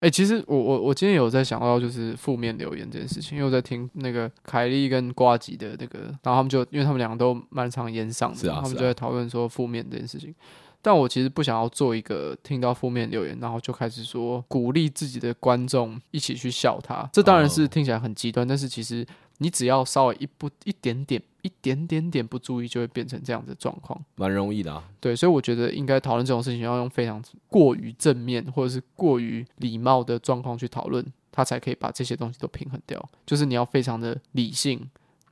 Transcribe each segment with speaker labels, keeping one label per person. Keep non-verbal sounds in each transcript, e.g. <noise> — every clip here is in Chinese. Speaker 1: 哎、其实我我我今天有在想到就是负面留言这件事情，因为我在听那个凯莉跟瓜吉的那个，然后他们就因为他们两个都蛮常演上的，
Speaker 2: 是啊
Speaker 1: 他们
Speaker 2: 是
Speaker 1: 就在讨论说负面这件事情。但我其实不想要做一个听到负面留言，然后就开始说鼓励自己的观众一起去笑他。这当然是
Speaker 2: 哦
Speaker 1: 听起来很极端，但是其实你只要稍微一不一点点、一点点点不注意，就会变成这样子的状况。
Speaker 2: 蛮容易的、啊。
Speaker 1: 对，所以我觉得应该讨论这种事情要用非常过于正面或者是过于礼貌的状况去讨论，它才可以把这些东西都平衡掉。就是你要非常的理性，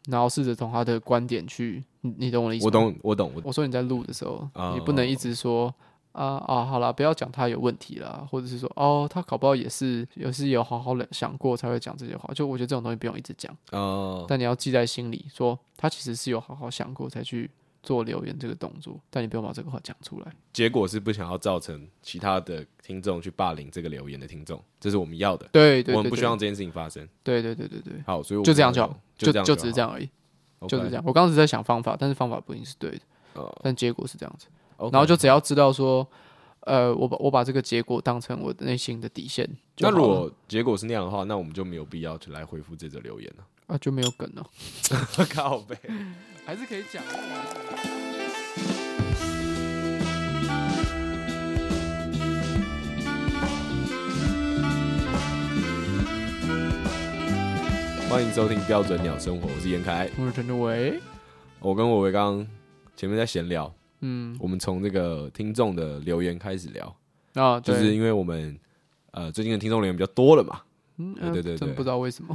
Speaker 1: 然后试着从他的观点去，你你懂我的意思？
Speaker 2: 我。懂，我懂，我
Speaker 1: 我说你在录的时候，
Speaker 2: 啊
Speaker 1: 你不能一直说。啊啊，好啦，不要讲他有问题啦，或者是说哦，他搞不好也是也是有好好的想过才会讲这些话。就我觉得这种东西不用一直讲，
Speaker 2: 呃，
Speaker 1: 但你要记在心里，说他其实是有好好想过才去做留言这个动作，但你不用把这个话讲出来。
Speaker 2: 结果是不想要造成其他的听众去霸凌这个留言的听众，这是我们要的，
Speaker 1: 对对，
Speaker 2: 我们
Speaker 1: 对
Speaker 2: 不
Speaker 1: 对
Speaker 2: 希望这件事情发生。
Speaker 1: 对对对对对，
Speaker 2: 好，所以我
Speaker 1: 就这样就
Speaker 2: 们
Speaker 1: 好，
Speaker 2: 就这
Speaker 1: 就
Speaker 2: 样
Speaker 1: 只是这样而已，
Speaker 2: 好，
Speaker 1: 就是这
Speaker 2: 样。
Speaker 1: 样。我刚刚是在想方法，但是方法不一定是对的，
Speaker 2: 呃
Speaker 1: 但结果是这样子。
Speaker 2: OK
Speaker 1: 然后就只要知道说，呃，我把我把这个结果当成我的内心的底线就
Speaker 2: 那
Speaker 1: 好了。
Speaker 2: 如果结果是那样的话，那我们就没有必要去来回复这则留言了。 <laughs>
Speaker 1: 啊就没有梗了，
Speaker 2: 靠背。
Speaker 1: 还是可以讲。
Speaker 2: 欢迎收听《标准鸟生活》，我是严凯。
Speaker 1: 我是陈志伟，
Speaker 2: 我跟我维刚刚前面在闲聊，
Speaker 1: 嗯，
Speaker 2: 我们从这个听众的留言开始聊，
Speaker 1: 啊，
Speaker 2: 就
Speaker 1: 对
Speaker 2: 是因为我们呃最近的听众留言比较多了嘛，
Speaker 1: 嗯，
Speaker 2: 对
Speaker 1: 呃
Speaker 2: 对对
Speaker 1: 真
Speaker 2: 对
Speaker 1: 不知道为
Speaker 2: <laughs>
Speaker 1: 什么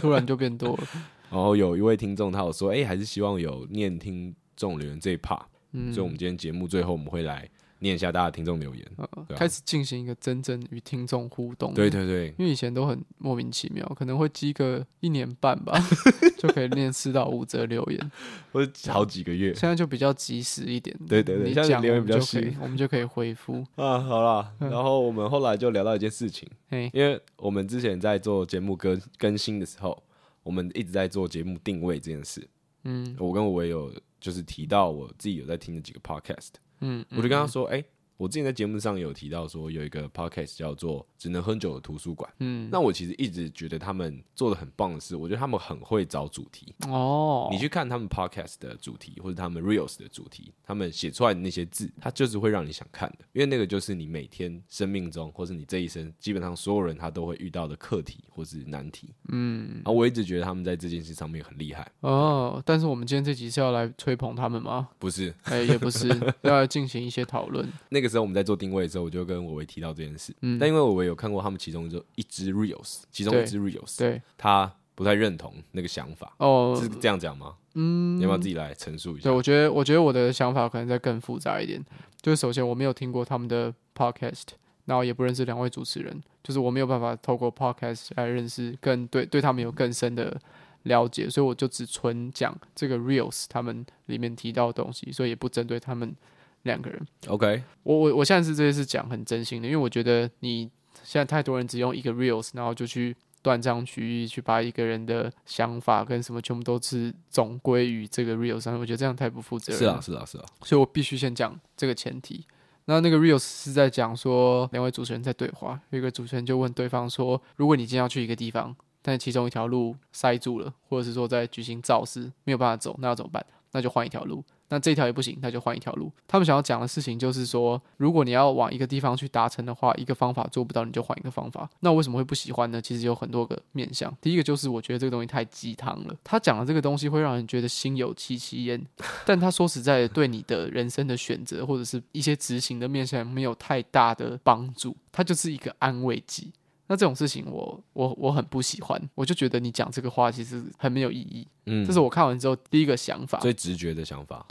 Speaker 1: 突然就变多了，
Speaker 2: 然后有一位听众他有说，哎、还是希望有念听众留言这一 part，、 <laughs>
Speaker 1: 嗯
Speaker 2: 所以我们今天节目最后我们会来念一下大家的听众留言。
Speaker 1: 呃
Speaker 2: 对啊
Speaker 1: 开始进行一个真正与听众互动。
Speaker 2: 对对对，
Speaker 1: 因为以前都很莫名其妙，可能会积个一年半吧， <laughs> 就可以练四到五则留言。
Speaker 2: 或者好几
Speaker 1: <laughs>
Speaker 2: 个月
Speaker 1: 现在就比较及时一点，
Speaker 2: 对对对
Speaker 1: 你
Speaker 2: 现在
Speaker 1: 讲
Speaker 2: 留
Speaker 1: 我
Speaker 2: 言
Speaker 1: 们
Speaker 2: 比较
Speaker 1: 就可以
Speaker 2: 细，
Speaker 1: 我们就可以回复。
Speaker 2: 啊，好啦，然后我们后来就聊到一件事情，
Speaker 1: 哎，
Speaker 2: 因为我们之前在做节目更更新的时候，我们一直在做节目定位这件事。
Speaker 1: 嗯
Speaker 2: 我跟我也有就是提到我自己有在听的几个 podcast，
Speaker 1: 嗯，
Speaker 2: 我就跟他说，哎、我之前在节目上有提到说有一个 podcast 叫做《只能喝酒的图书馆》，
Speaker 1: 嗯，
Speaker 2: 那我其实一直觉得他们做的很棒的是，我觉得他们很会找主题。
Speaker 1: 哦，
Speaker 2: 你去看他们 podcast 的主题或者他们 reels 的主题，他们写出来的那些字，它就是会让你想看的，因为那个就是你每天生命中或是你这一生，基本上所有人他都会遇到的课题或是难题。嗯，啊，我一直觉得他们在这件事上面很厉害，
Speaker 1: 哦，但是我们今天这集是要来吹捧他们吗？
Speaker 2: 不是？
Speaker 1: 哎，也不
Speaker 2: <laughs>
Speaker 1: 是，要来进行一些讨论。
Speaker 2: 那个时候我们在做定位的时候，我就跟伟伟提到这件事，
Speaker 1: 嗯
Speaker 2: 但因为伟伟有看过他们其中就一支 reels，其中
Speaker 1: 对
Speaker 2: 一支 reels，
Speaker 1: 对，
Speaker 2: 他不太认同那个想法，
Speaker 1: 哦
Speaker 2: 是，这样讲吗？嗯，你要不要自己来陈述一下
Speaker 1: 对，？我觉得，我觉得我的想法可能再更复杂一点。就是首先，我没有听过他们的 podcast，然后也不认识两位主持人，就是我没有办法透过 podcast 来认识更对对他们有更深的了解，所以我就只纯讲这个 reels 他们里面提到的东西，所以也不针对他们两个人。
Speaker 2: OK，
Speaker 1: 我我我现在是这些是讲很真心的，因为我觉得你现在太多人只用一个 reels，然后就去断章取义，去把一个人的想法跟什么全部都是总归于这个 reels 上面，我觉得这样太不负责任。
Speaker 2: 是啊，，是啊，是啊，
Speaker 1: 所以我必须先讲这个前提。那那个 reels 是在讲说两位主持人在对话，有一个主持人就问对方说，如果你今天要去一个地方，但其中一条路塞住了，或者是说在举行肇事没有办法走，那要怎么办？那就换一条路。那这条也不行，那就换一条路。他们想要讲的事情就是说，如果你要往一个地方去达成的话，一个方法做不到，你就换一个方法。那为什么会不喜欢呢？其实有很多个面向。第一个就是我觉得这个东西太鸡汤了，他讲的这个东西会让人觉得心有戚戚焉，但他说实在的，对你的人生的选择或者是一些执行的面向没有太大的帮助，它就是一个安慰剂。那这种事情我，我我很不喜欢，我就觉得你讲这个话其实很没有意义。
Speaker 2: 嗯
Speaker 1: 这，是我啊看完之后第一个想法。
Speaker 2: 最直觉的想法，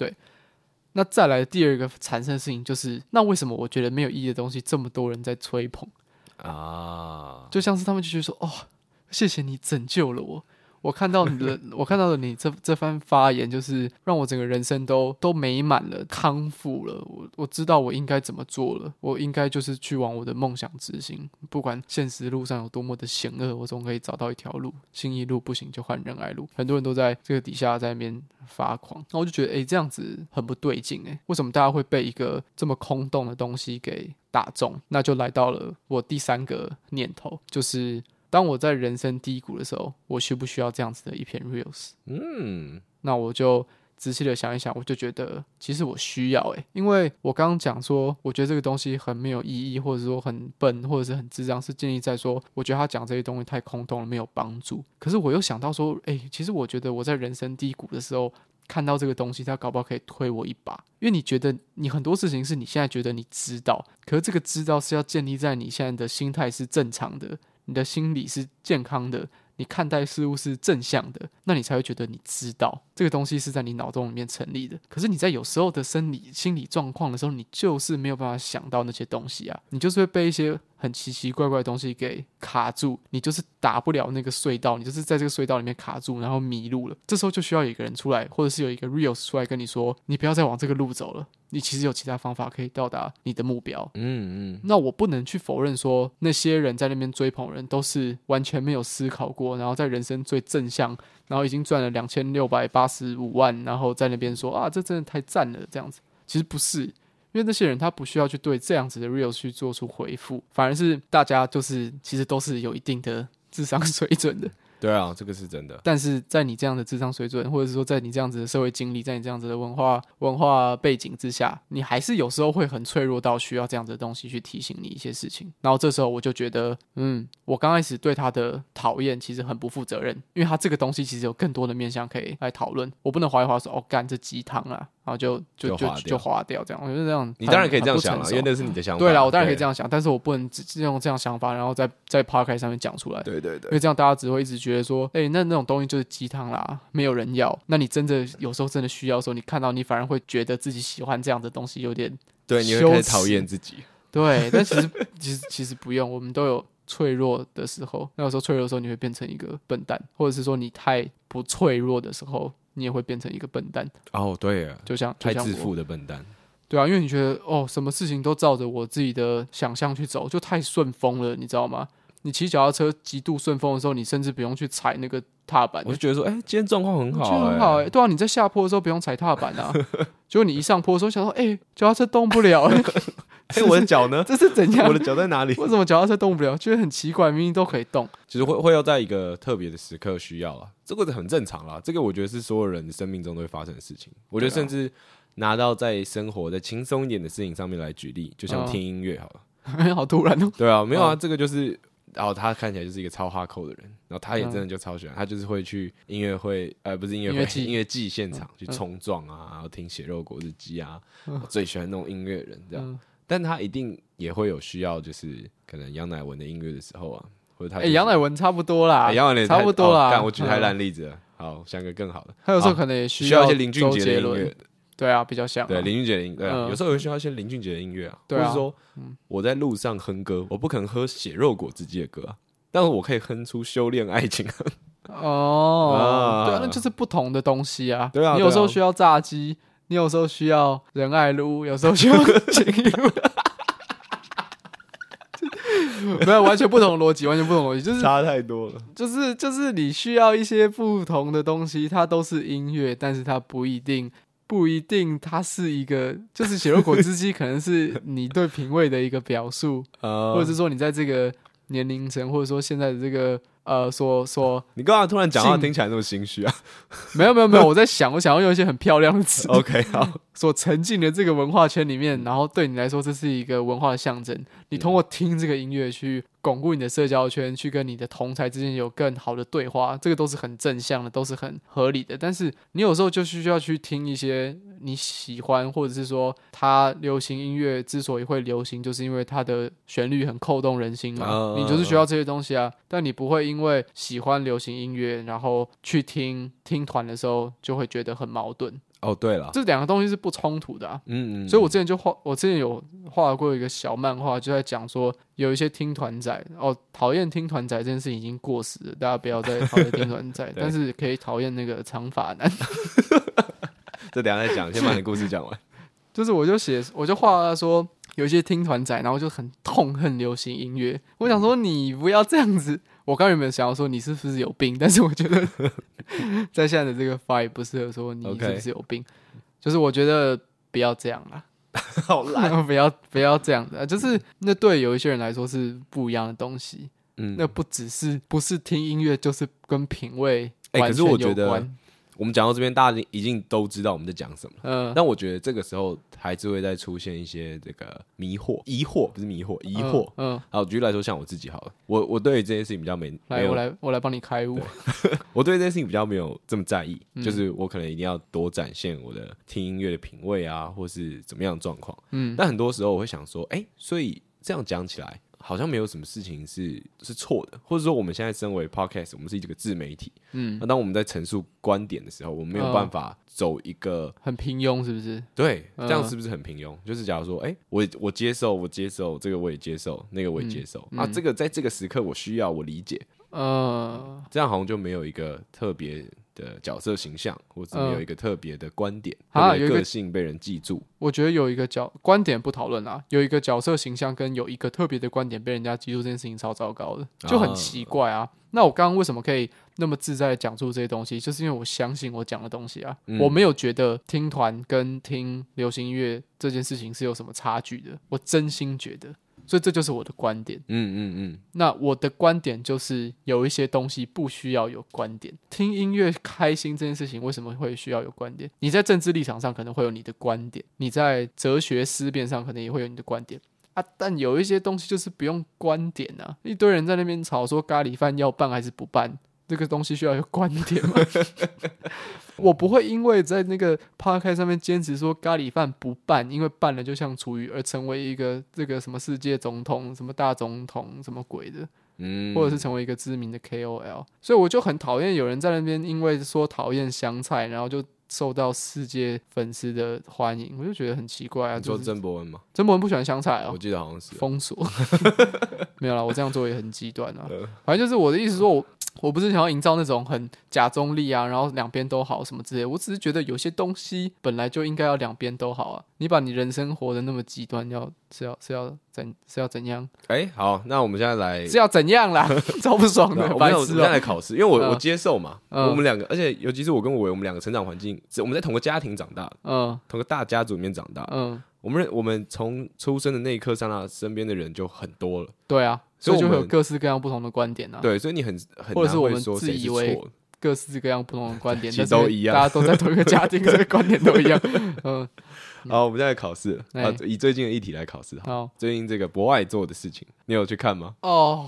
Speaker 1: 那再来第二个产生的事情就是，那为什么我觉得没有意义的东西，这么多人在吹捧？
Speaker 2: 啊，
Speaker 1: 就像是他们就觉得说，哦，谢谢你拯救了我。我看到你的，我看到了你这这番发言，就是让我整个人生都都美满了，康复了。我我知道我应该怎么做了，我应该就是去往我的梦想执行，不管现实路上有多么的险恶，我总可以找到一条路。心一路不行就换仁爱路，很多人都在这个底下在那边发狂。那我就觉得，诶，这样子很不对劲诶，为什么大家会被一个这么空洞的东西给？大众，那就来到了我第三个念头，就是当我在人生低谷的时候，我需不需要这样子的一篇 reels？
Speaker 2: 嗯，
Speaker 1: 那我就仔细的想一想，我就觉得其实我需要诶、因为我刚刚讲说，我觉得这个东西很没有意义，或者说很笨，或者是很智障，是建立在说，我觉得他讲这些东西太空洞了，没有帮助。可是我又想到说，诶、其实我觉得我在人生低谷的时候。看到这个东西，他搞不好可以推我一把，因为你觉得你很多事情是你现在觉得你知道，可是这个知道是要建立在你现在的心态是正常的，你的心理是健康的，你看待事物是正向的，那你才会觉得你知道这个东西是在你脑中里面成立的。可是你在有时候的生理、心理状况的时候，你就是没有办法想到那些东西啊，你就是会被一些很奇奇怪怪的东西给卡住，你就是打不了那个隧道，你就是在这个隧道里面卡住，然后迷路了。这时候就需要有一个人出来，或者是有一个 reals 出来跟你说，你不要再往这个路走了，你其实有其他方法可以到达你的目标。
Speaker 2: 嗯嗯，
Speaker 1: 那我不能去否认说那些人在那边追捧的人都是完全没有思考过，然后在人生最正向，然后已经赚了两千六百八十五万，然后在那边说啊，这真的太赞了这样子。其实不是，因为那些人他不需要去对这样子的 real 去做出回复，反而是大家就是其实都是有一定的智商水准的，
Speaker 2: 对啊，这个是真的。
Speaker 1: 但是在你这样的智商水准，或者是说在你这样子的社会经历，在你这样子的文化文化背景之下，你还是有时候会很脆弱到需要这样子的东西去提醒你一些事情。然后这时候我就觉得，嗯，我刚开始对他的讨厌其实很不负责任，因为他这个东西其实有更多的面向可以来讨论。我不能划一划说，哦，干这鸡汤啊，然后就就
Speaker 2: 就
Speaker 1: 就
Speaker 2: 划掉
Speaker 1: 就划掉这样。我觉得这样很，
Speaker 2: 你当然可以这
Speaker 1: 很
Speaker 2: 样
Speaker 1: 不
Speaker 2: 想
Speaker 1: 成
Speaker 2: 了，
Speaker 1: 熟
Speaker 2: 因为那是你的想法。
Speaker 1: 对啦，啊我当然可以
Speaker 2: 对
Speaker 1: 这。样想，但是我不能只只用这样想法，然后在在 podcast 上面讲出来。
Speaker 2: 对对对
Speaker 1: 因为这样大家只会一直觉得说，哎、那那种东西就是鸡汤啦，没有人要。那你真的有时候真的需要的时候，你看到你反而会觉得自己喜欢这样的东西，有点
Speaker 2: 对，你
Speaker 1: 羞
Speaker 2: 会开始
Speaker 1: 耻
Speaker 2: 讨厌自己。 <laughs>
Speaker 1: 对。但其实其实其实不用，我们都有脆弱的时候。那有时候脆弱的时候，你会变成一个笨蛋，或者是说你太不脆弱的时候，你也会变成一个笨蛋。
Speaker 2: 哦，对啊，
Speaker 1: 就像就
Speaker 2: 太
Speaker 1: 像
Speaker 2: 自
Speaker 1: 我
Speaker 2: 负的笨蛋。
Speaker 1: 对啊，因为你觉得哦，什么事情都照着我自己的想象去走，就太顺风了，你知道吗？你骑脚踏车极度顺风的时候，你甚至不用去踩那个踏板，
Speaker 2: 我就觉得说，哎，今天状况很
Speaker 1: 我觉
Speaker 2: 好，
Speaker 1: 得很
Speaker 2: 哎
Speaker 1: 好哎、对啊，你在下坡的时候不用踩踏板啊，结果你一上坡的时候想说，哎、脚踏车动不了、
Speaker 2: 哎，我的脚呢？
Speaker 1: <laughs> 这是怎样
Speaker 2: 我？的脚在哪里？
Speaker 1: <laughs> 为什么脚踏车动不了？觉得很奇怪，明明都可以动。 <laughs>
Speaker 2: 其实会会要在一个特别的时刻需要啊，这个很正常啦。这个我觉得是所有人生命中都会发生的事情。我觉得
Speaker 1: 对啊
Speaker 2: 甚至拿到在生活在轻松一点的事情上面来举例，就
Speaker 1: 嗯
Speaker 2: 像听音乐好了。
Speaker 1: 好突然哦！
Speaker 2: 对啊，没有啊，这个就是，然后他看起来就是一个超哈扣的人，然后他也
Speaker 1: 嗯
Speaker 2: 真的就超喜欢，他就是会去音乐会，呃，不是音乐
Speaker 1: 音乐
Speaker 2: 会，
Speaker 1: 季嗯
Speaker 2: 音乐季现场去冲撞啊，然后听血肉果汁机啊，我最喜欢那种音乐人这样。
Speaker 1: 嗯
Speaker 2: 但他一定也会有需要，就是可能杨乃文的音乐的时候啊，或者他
Speaker 1: 哎、
Speaker 2: 就是
Speaker 1: 杨乃文差不多啦，
Speaker 2: 哎杨乃文也
Speaker 1: 啊差
Speaker 2: 太
Speaker 1: 不多啦。
Speaker 2: 哦干我举太
Speaker 1: 嗯
Speaker 2: 烂例子了，好，想个更好的。
Speaker 1: 他有时候
Speaker 2: 好
Speaker 1: 可能也
Speaker 2: 需要一些林俊
Speaker 1: 周
Speaker 2: 杰
Speaker 1: 杰
Speaker 2: 的音
Speaker 1: 伦
Speaker 2: 乐，，
Speaker 1: 对啊，比较像啊、
Speaker 2: 对林俊杰的音，对啊，
Speaker 1: 嗯
Speaker 2: 有时候会需要一些林俊杰的音乐啊，
Speaker 1: 对啊
Speaker 2: 或者说我在路上哼歌，我不可能喝血肉果汁机的歌啊，但是我可以哼出修炼爱情啊， <laughs>
Speaker 1: 哦，
Speaker 2: 啊
Speaker 1: 对啊，那就是不同的东西啊。
Speaker 2: 对啊
Speaker 1: 你有时候
Speaker 2: 对啊
Speaker 1: 需要炸鸡，你有时候需要仁爱路，有时候需要情欲路。 <laughs> 没有，完全不同的逻辑，完全不同的逻辑，就是
Speaker 2: 差太多了。
Speaker 1: 就是就是你需要一些不同的东西，它都是音乐，但是它不一定不一定它是一个，就是血肉果汁机可能是你对品味的一个表述，
Speaker 2: 呃，
Speaker 1: 或者是说你在这个年龄层，或者说现在的这个呃所所
Speaker 2: 你刚刚突然讲话
Speaker 1: 进
Speaker 2: 听起来那么心虚啊
Speaker 1: <laughs> 没有没有没有，我在想，我想要用一些很漂亮的词，
Speaker 2: ？OK，好，
Speaker 1: 所沉浸的这个文化圈里面，然后对你来说，这是一个文化的象征。你通过听这个音乐去巩固你的社交圈，去跟你的同才之间有更好的对话，这个都是很正向的，都是很合理的。但是你有时候就需要去听一些你喜欢，或者是说它流行音乐之所以会流行，就是因为它的旋律很扣动人心嘛
Speaker 2: 啊。
Speaker 1: 你就是需要这些东西啊，但你不会因为喜欢流行音乐，然后去听听团的时候就会觉得很矛盾。
Speaker 2: 哦，对了，
Speaker 1: 啊这两个东西是不冲突的啊。
Speaker 2: 嗯嗯，
Speaker 1: 所以我之前就画，我之前有画过一个小漫画，就在讲说有一些听团仔哦，讨厌听团仔这件事情已经过时了，大家不要再讨厌听团
Speaker 2: <laughs>
Speaker 1: 仔，但是可以讨厌那个长发男。 <laughs>
Speaker 2: 这等一下再讲，先把你的故事
Speaker 1: <laughs>
Speaker 2: 讲完。
Speaker 1: 就是我就写，我就画说有一些听团仔，然后就很痛恨流行音乐。我想说你不要这样子，我刚原本想要说你是不是有病，但是我觉
Speaker 2: <laughs>
Speaker 1: 得在现在的这个 five 不适合说你是
Speaker 2: OK
Speaker 1: 不是有病就是我觉得不要这样啦。
Speaker 2: 好
Speaker 1: <laughs>
Speaker 2: 烂。
Speaker 1: 不要不要这样子、啊，就是那对有一些人来说是不一样的东西。
Speaker 2: 嗯，
Speaker 1: 那不只是不是听音乐，就是跟品味
Speaker 2: 哎
Speaker 1: 完
Speaker 2: 可是
Speaker 1: 全
Speaker 2: 我觉
Speaker 1: 有
Speaker 2: 得
Speaker 1: 关
Speaker 2: 我们讲到这边，大家已经都知道我们在讲什么了。
Speaker 1: 嗯、
Speaker 2: 但我觉得这个时候还是会再出现一些这个迷惑、疑惑，不是迷惑，疑惑。
Speaker 1: 嗯，嗯
Speaker 2: 好，举例来说，像我自己好了，我我对于这件事情比较没没
Speaker 1: 来，我
Speaker 2: 有，
Speaker 1: 来，我来帮你开悟。
Speaker 2: 我对这件事情比较没有这么在意，
Speaker 1: 嗯
Speaker 2: 就是我可能一定要多展现我的听音乐的品味啊，或是怎么样的状况。
Speaker 1: 嗯，
Speaker 2: 但很多时候我会想说，哎、所以这样讲起来，好像没有什么事情是是错的，或者说我们现在身为 podcast，我们是一个自媒体，
Speaker 1: 嗯，
Speaker 2: 那当我们在陈述观点的时候，我们没有
Speaker 1: 嗯
Speaker 2: 办法走一个、
Speaker 1: 很平庸是不是？
Speaker 2: 对，
Speaker 1: 嗯
Speaker 2: 这样是不是很平庸？就是假如说，哎、我我接受，我接受这个，我也接受那个，我也接受、啊，这个在这个时刻我需要，我理解，
Speaker 1: 嗯
Speaker 2: 这样好像就没有一个特别的角色形象，或者没有一个特别的观点，
Speaker 1: 嗯啊
Speaker 2: 特别
Speaker 1: 有一
Speaker 2: 的
Speaker 1: 个
Speaker 2: 个性被人记住。
Speaker 1: 我觉得有一个角观点不讨论啦，有一个角色形象跟有一个特别的观点被人家记住这件事情超糟糕的，就很奇怪啊。那我刚刚为什么可以那么自在地讲出这些东西，就是因为我相信我讲的东西啊。我没有觉得听团跟听流行音乐这件事情是有什么差距的，我真心觉得，所以这就是我的观点。
Speaker 2: 嗯嗯嗯，
Speaker 1: 那我的观点就是，有一些东西不需要有观点。听音乐开心这件事情，为什么会需要有观点？你在政治立场上可能会有你的观点，你在哲学思辨上可能也会有你的观点啊。但有一些东西就是不用观点啊，一堆人在那边吵说咖喱饭要办还是不办，这个东西需要有观点吗？ <laughs> 我不会因为在那个 p o d c a s t 上面坚持说咖喱饭不办，因为办了就像厨余，而成为一个这个什么世界总统、什么大总统、什么鬼的，
Speaker 2: 嗯
Speaker 1: 或者是成为一个知名的 KOL。所以我就很讨厌有人在那边因为说讨厌香菜，然后就受到世界粉丝的欢迎，我就觉得很奇怪啊。
Speaker 2: 你说
Speaker 1: 就是
Speaker 2: 曾伯恩吗？
Speaker 1: 曾博文不喜欢香菜哦、
Speaker 2: 我记得好像是。
Speaker 1: 封
Speaker 2: <laughs>
Speaker 1: 锁。没有啦，我这样做也很极端啊。
Speaker 2: 呃
Speaker 1: 反正就是我的意思说我，我不是想要营造那种很假中立啊，然后两边都好什么之类的。我只是觉得有些东西本来就应该要两边都好啊。你把你人生活的那么极端，要是要是要怎是要怎样
Speaker 2: 哎、好，那我们现在来
Speaker 1: 是要怎样啦？ <laughs> 超不爽的
Speaker 2: 哎啊那，我
Speaker 1: 白
Speaker 2: 们我
Speaker 1: 痴
Speaker 2: 们
Speaker 1: 哦、
Speaker 2: 在来考试，因为我、
Speaker 1: 嗯
Speaker 2: 我接受嘛，
Speaker 1: 嗯
Speaker 2: 我们两个，而且尤其是我跟我伟，我们两个成长环境，是我们在同个家庭长大，
Speaker 1: 嗯
Speaker 2: 同个大家族里面长大，
Speaker 1: 嗯，
Speaker 2: 我们我们从出生的那一刻上，他身边的人就很多了，
Speaker 1: 对啊，所
Speaker 2: 所以
Speaker 1: 以就
Speaker 2: 我
Speaker 1: 会
Speaker 2: 们
Speaker 1: 有各式各样不同的观点啊。
Speaker 2: 对，所以你很很
Speaker 1: 或者是
Speaker 2: 难
Speaker 1: 我
Speaker 2: 会
Speaker 1: 们
Speaker 2: 说
Speaker 1: 自
Speaker 2: 谁
Speaker 1: 以
Speaker 2: 是
Speaker 1: 为
Speaker 2: 错的，
Speaker 1: 各式各样不同的观点，
Speaker 2: <laughs> 其
Speaker 1: 但是
Speaker 2: 实
Speaker 1: 因为
Speaker 2: 都一样
Speaker 1: 大家都在同一个家庭， <laughs> 所以观点都一
Speaker 2: <laughs>
Speaker 1: 样。嗯，
Speaker 2: 好，我们现在来考试了，
Speaker 1: 哎
Speaker 2: 啊，以最近的议题来考试好。
Speaker 1: 好
Speaker 2: 最近这个博爱做的事情，你有去看吗？
Speaker 1: 哦，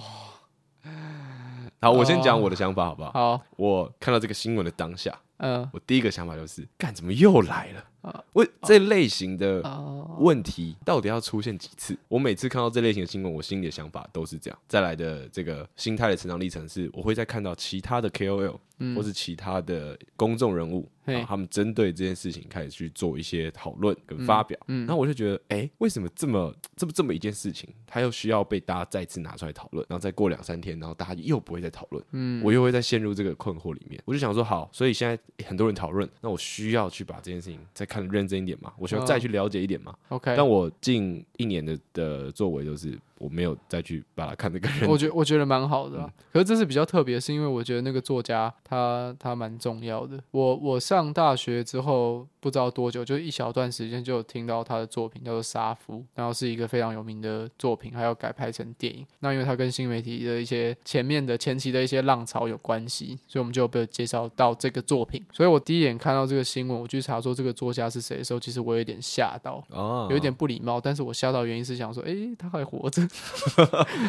Speaker 2: 好，我先
Speaker 1: 哦
Speaker 2: 讲我的想法，好不好？
Speaker 1: 好，
Speaker 2: 我看到这个新闻的当下，
Speaker 1: 嗯
Speaker 2: 我第一个想法就是，干怎么又来
Speaker 1: 啊
Speaker 2: 了？我这类型的
Speaker 1: 哦。
Speaker 2: 问题到底要出现几次？我每次看到这类型的新闻，我心里的想法都是这样。再来的这个心态的成长历程是，我会再看到其他的 KOL 或是其他的公众人物，
Speaker 1: 嘿
Speaker 2: 然后他们针对这件事情开始去做一些讨论跟发表。嗯，然后我就觉得，哎、为什么这么这么这么一件事情，它又需要被大家再次拿出来讨论，然后再过两三天，然后大家又不会再讨论，嗯，我又会再陷入这个困惑里面。我就想说，好，所以现在诶很多人讨论，那我需要去把这件事情再看得认真一点嘛？我需要
Speaker 1: 嗯哎
Speaker 2: 再去了解一点嘛？
Speaker 1: OK，
Speaker 2: 但我近一年的的作为就是我没有再去把它看得更认
Speaker 1: 我觉我觉得蛮好的啦、可是这是比较特别，是因为我觉得那个作家他他蛮重要的。我我上大学之后不知道多久，就一小段时间就有听到他的作品叫做《杀夫》，然后是一个非常有名的作品，还要改拍成电影。那因为他跟新媒体的一些前面的前期的一些浪潮有关系，所以我们就有被介绍到这个作品。所以我第一眼看到这个新闻，我去查说这个作家是谁的时候，其实我有点吓到。
Speaker 2: 哦
Speaker 1: 有一点不礼貌，但是我吓到的原因是想说，诶，他还活着， <laughs>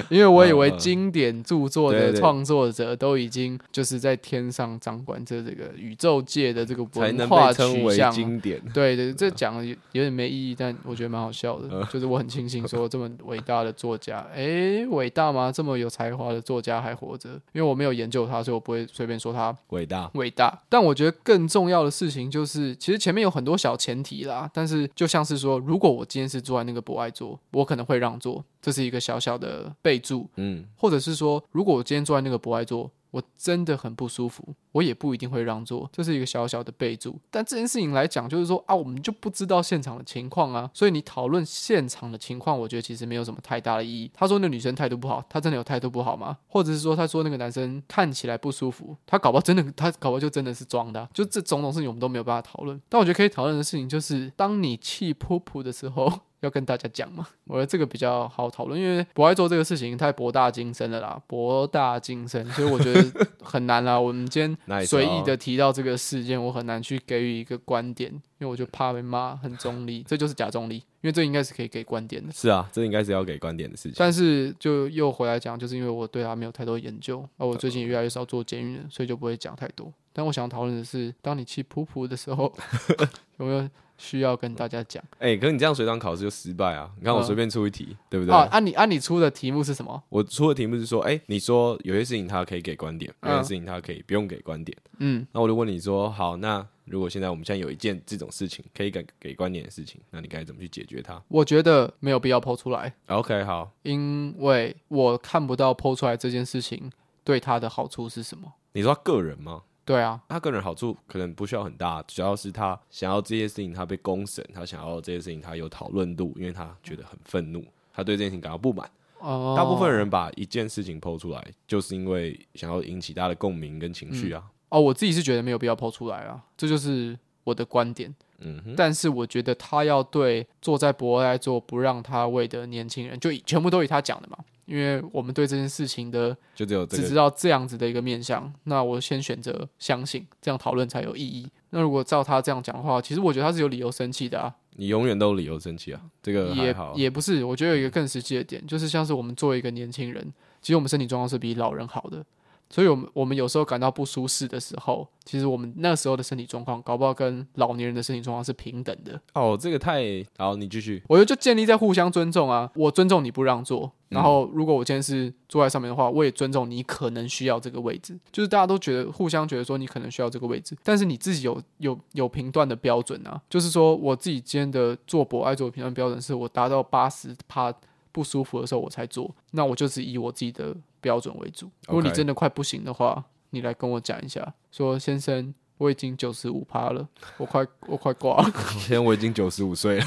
Speaker 1: 因为我以为经典著作
Speaker 2: 嗯对
Speaker 1: 的
Speaker 2: 对
Speaker 1: 创作者都已经就是在天上掌管着这个宇宙界的这个
Speaker 2: 才
Speaker 1: 文
Speaker 2: 能
Speaker 1: 化
Speaker 2: 被称
Speaker 1: 取
Speaker 2: 为
Speaker 1: 向。啊
Speaker 2: 经典。
Speaker 1: 对对，这讲的有有点没意义，但我觉得蛮好笑的。
Speaker 2: 嗯
Speaker 1: 就是我很庆幸说，这么伟大的作家，诶，伟大吗？这么有才华的作家还活着，因为我没有研究他，所以我不会随便说他
Speaker 2: 伟大。
Speaker 1: 伟大。但我觉得更重要的事情就是，其实前面有很多小前提啦，但是就像是说，如果我今天是坐在那个博爱座，我可能会让座，这是一个小小的备注，
Speaker 2: 嗯
Speaker 1: 或者是说，如果我今天坐在那个博爱座，我真的很不舒服，我也不一定会让座，这是一个小小的备注。但这件事情来讲，就是说啊，我们就不知道现场的情况啊，所以你讨论现场的情况，我觉得其实没有什么太大的意义。他说那女生态度不好，他真的有态度不好吗？或者是说他说那个男生看起来不舒服，他搞不好真的，他搞不好就真的是装的啊、就这种种事情我们都没有办法讨论。但我觉得可以讨论的事情就是，当你气噗噗的时候。 <laughs> 要跟大家讲嘛，我觉得这个比较好讨论，因为博爱做这个事情太博大精深了啦，博大精深，所以我觉得很难
Speaker 2: <laughs>
Speaker 1: 啦。我们今天
Speaker 2: Nice
Speaker 1: 随
Speaker 2: 哦
Speaker 1: 意的提到这个事件，我很难去给予一个观点，因为我就怕被骂很中立， <laughs> 这就是假中立，因为这应该是可以给观点的。
Speaker 2: 是啊，这应该是要给观点的事情。
Speaker 1: 但是就又回来讲，就是因为我对他没有太多研究，啊而我最近也越来越少做监狱了，所以就不会讲太多。但我想讨论的是，当你气噗噗的时
Speaker 2: <laughs>
Speaker 1: 候，有没有需要跟大家讲
Speaker 2: 哎、可是你这样随堂考试就失败啊！你看我
Speaker 1: 嗯
Speaker 2: 随便出一题，对不对？
Speaker 1: 啊？按你按你出的题目是什么？
Speaker 2: 我出的题目是说，哎、你说有些事情他可以给观点，有
Speaker 1: 嗯
Speaker 2: 些事情他可以不用给观点。
Speaker 1: 嗯，
Speaker 2: 那我就问你说，好，那如果现在我们现在有一件这种事情可以给给观点的事情，那你该怎么去解决它啊
Speaker 1: 我觉得没有必要抛出来，
Speaker 2: ？OK，好，
Speaker 1: 因为我看不到抛出来这件事情对他的好处是什么。
Speaker 2: 你说他个人吗？
Speaker 1: 对啊，
Speaker 2: 他个人好处可能不需要很大，主要是他想要这些事情他被公审，他想要这些事情他有讨论度，因为他觉得很愤怒，他对这件事情感到不满。
Speaker 1: 哦、
Speaker 2: 大部分人把一件事情剖出来，就是因为想要引起大家的共鸣跟情绪啊。
Speaker 1: 哦，我自己是觉得没有必要抛出来啊，这就是我的观点。
Speaker 2: 嗯哼，
Speaker 1: 但是我觉得他要对坐在博爱座不让他位的年轻人，就以全部都以他讲的嘛，因为我们对这件事情的
Speaker 2: 就只有这
Speaker 1: 只知
Speaker 2: 个。
Speaker 1: 道这样子的一个面向，那我先选择相信，这样讨论才有意义。那如果照他这样讲的话，其实我觉得他是有理由生气的啊，
Speaker 2: 你永远都有理由生气啊，这个还
Speaker 1: 也
Speaker 2: 好啊。
Speaker 1: 也不是，我觉得有一个更实际的点，就是像是我们作为一个年轻人，其实我们身体状况是比老人好的，所以我们我们有时候感到不舒适的时候，其实我们那时候的身体状况，搞不好跟老年人的身体状况是平等的。
Speaker 2: 哦，这个太好，你继续。 <laughs>
Speaker 1: 我觉得就建立在互相尊重啊，我尊重你不让座，然后如果我今天是坐在上面的话，我也尊重你可能需要这个位置，就是大家都觉得互相觉得说你可能需要这个位置，但是你自己有有有评断的标准啊，就是说我自己今天的做博爱做的评断标准是我达到八十趴不舒服的时候我才做，那我就是以我自己的标准为主。如果你
Speaker 2: OK
Speaker 1: 真的快不行的话，你来跟我讲一下，说先生。我已经九十五趴了，我快我快挂了。
Speaker 2: 现在我已经九十五岁了，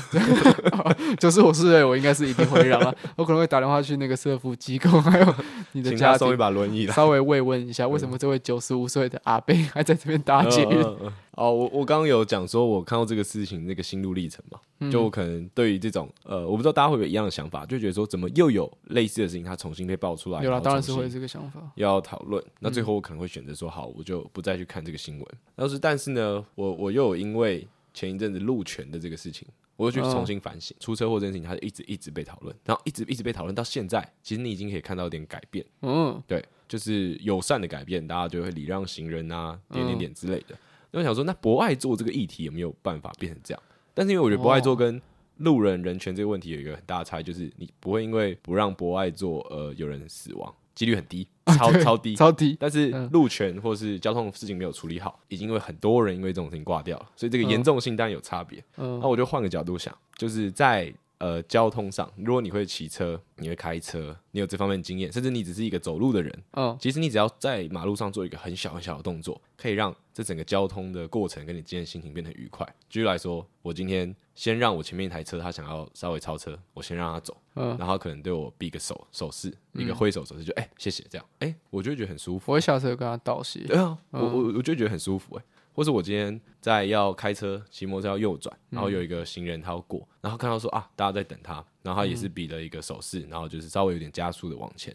Speaker 1: 就是我是人，我应该是一定会让
Speaker 2: <laughs>
Speaker 1: 啊，我可能会打电话去那个社福机构，还有你的
Speaker 2: 请
Speaker 1: 家
Speaker 2: 他送一
Speaker 1: 庭，
Speaker 2: 把轮椅来。
Speaker 1: 稍微慰问一下，为什么这位九十五岁的阿
Speaker 2: <laughs>
Speaker 1: 贝还在这边搭捷
Speaker 2: 嗯
Speaker 1: 运？
Speaker 2: 嗯
Speaker 1: <laughs>
Speaker 2: 嗯哦，我我刚刚有讲说，我看到这个事情那个心路历程嘛，
Speaker 1: 嗯
Speaker 2: 就我可能对于这种呃，我不知道大家会不会有一样的想法，就觉得说怎么又有类似的事情，它重新被爆出来，
Speaker 1: 有啦，
Speaker 2: 后
Speaker 1: 当然是
Speaker 2: 重新
Speaker 1: 会有嗯这个想法。
Speaker 2: 要讨论。那最后我可能会选择说，好，我就不再去看这个新闻。但是，但是呢，我我又有因为前一阵子路权的这个事情，我又去
Speaker 1: 嗯
Speaker 2: 重新反省、出车祸这件事情，它一直一直被讨论，然后一直一直被讨论到现在，其实你已经可以看到一点改变，
Speaker 1: 嗯，
Speaker 2: 对，就是友善的改变，大家就会礼让行人啊，点点点之类的。那我想说，那博爱做这个议题有没有办法变成这样？但是因为我觉得博爱做跟路人人权这个问题有一个很大的差异，就是你不会因为不让博爱做，呃，有人死亡几率很低，超、超低，
Speaker 1: 嗯超低。
Speaker 2: 但是路权或是交通事情没有处理好，已经有很多人因为这种事情挂掉了，所以这个严重性当然有差别。
Speaker 1: 嗯
Speaker 2: 那我就换个角度想，就是在呃交通上，如果你会骑车，你会开车，你有这方面的经验，甚至你只是一个走路的人，
Speaker 1: 嗯，
Speaker 2: 其实你只要在马路上做一个很小很小的动作，可以让这整个交通的过程跟你今天的心情变得愉快。举例来说，我今天先让我前面一台车，他想要稍微超车，我先让他走，
Speaker 1: 嗯
Speaker 2: 然后他可能对我比个手手势，一个挥手手势，就哎、谢谢这样，哎、我就会觉得
Speaker 1: <laughs>
Speaker 2: 很舒服。
Speaker 1: 我会下车跟他道谢。
Speaker 2: 对啊，我我我就觉得很舒服哎、或是我今天在要开车骑摩托车要右转，然后有一个行人他要过，然后看到说啊大家在等他，然后他也是比了一个手势，然后就是稍微有点加速的往前，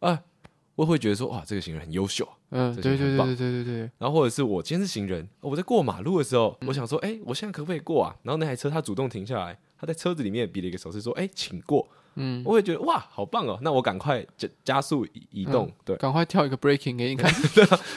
Speaker 2: 啊，我会觉得说哇这个行人很优秀啊、
Speaker 1: 嗯，
Speaker 2: 这
Speaker 1: 对
Speaker 2: 些
Speaker 1: 对
Speaker 2: 很
Speaker 1: 对
Speaker 2: 棒
Speaker 1: 对对对对，
Speaker 2: 然后或者是我今天是行人，哦我在过马路的时候，我想说哎、我现在可不可以过啊？然后那台车他主动停下来，他在车子里面也比了一个手势说哎、请过，嗯，我会觉得哇好棒哦，那我赶快加加速移移动，对，
Speaker 1: 赶快跳一个 breaking 给你看。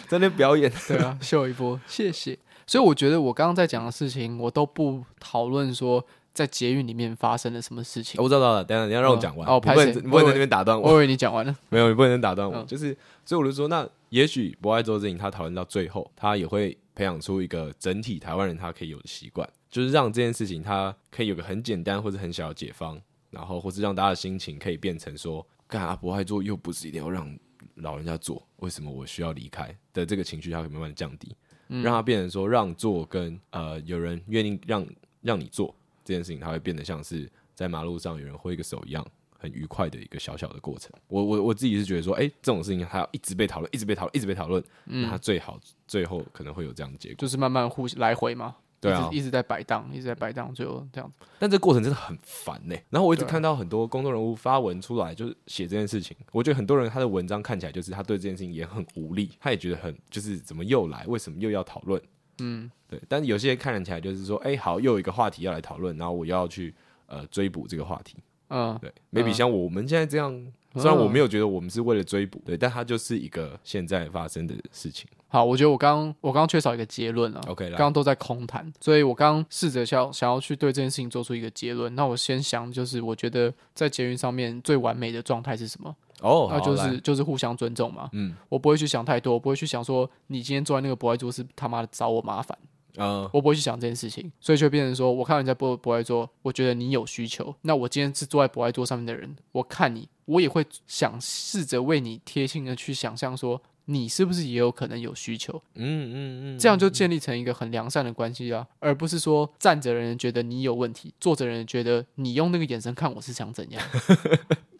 Speaker 2: 在那边表演，
Speaker 1: <laughs> 对啊，秀一波，谢谢。所以我觉得我刚刚在讲的事情，我都不讨论说在捷运里面发生了什么事情。
Speaker 2: <laughs> 我知道知道了，等一下你要让我讲完，
Speaker 1: 哦哦
Speaker 2: 嗯你不能
Speaker 1: 拍谁
Speaker 2: 你不能在那边打断哦我
Speaker 1: 我以为你讲完了。
Speaker 2: 没有，你不能打断我。
Speaker 1: 嗯
Speaker 2: 就是，所以我就说，那也许博爱周之颖他讨论到最后，他也会培养出一个整体台湾人他可以有的习惯，就是让这件事情他可以有个很简单或者很小的解放，然后或是让大家的心情可以变成说，干啊，博爱做又不是一定要让老人家做，为什么我需要离开的这个情绪，它会慢慢地降低，让它变成说让座跟呃有人愿意让让你做这件事情，它会变得像是在马路上有人挥个手一样。很愉快的一个小小的过程，我我我自己是觉得说，哎、这种事情它要一直被讨论，一直被讨论，一直被讨论，那它最好最后可能会有这样的结果。
Speaker 1: 就是慢慢互来回嘛，
Speaker 2: 对啊
Speaker 1: 一直一直在摆荡，一直在摆荡，最后这样子，
Speaker 2: 但这个过程真的很烦呢、然后我一直
Speaker 1: 对
Speaker 2: 看到很多公众人物发文出来，就是写这件事情。我觉得很多人他的文章看起来就是他对这件事情也很无力，他也觉得很就是怎么又来，为什么又要讨论？嗯，对。但有些人看起来就是说，哎、好，又有一个话题要来讨论，然后我又要去呃追捕这个话题。
Speaker 1: 嗯，
Speaker 2: 对，maybe 像我们现在这样，虽然我没有觉得我们是为了追
Speaker 1: 嗯
Speaker 2: 捕，对，但它就是一个现在发生的事情。
Speaker 1: 好，我觉得我刚我刚缺少一个结论啊
Speaker 2: OK，来
Speaker 1: 刚刚都在空谈，所以我刚试着想想要去对这件事情做出一个结论。那我先想，就是我觉得在捷运上面最完美的状态是什么？
Speaker 2: 哦，
Speaker 1: 那
Speaker 2: 好，
Speaker 1: 就
Speaker 2: 来
Speaker 1: 是就是互相尊重嘛。
Speaker 2: 嗯，
Speaker 1: 我不会去想太多，我不会去想说你今天坐在那个博爱座是他妈的找我麻烦，
Speaker 2: 呃，
Speaker 1: 我不会去想这件事情，所以就变成说，我看到你在博博爱座，我觉得你有需求，那我今天是坐在博爱座上面的人，我看你，我也会想试着为你贴心的去想象说。你是不是也有可能有需求？
Speaker 2: 嗯嗯嗯，
Speaker 1: 这样就建立成一个很良善的关系啊，而不是说站着的人觉得你有问题，坐着的人觉得你用那个眼神看我是想怎样。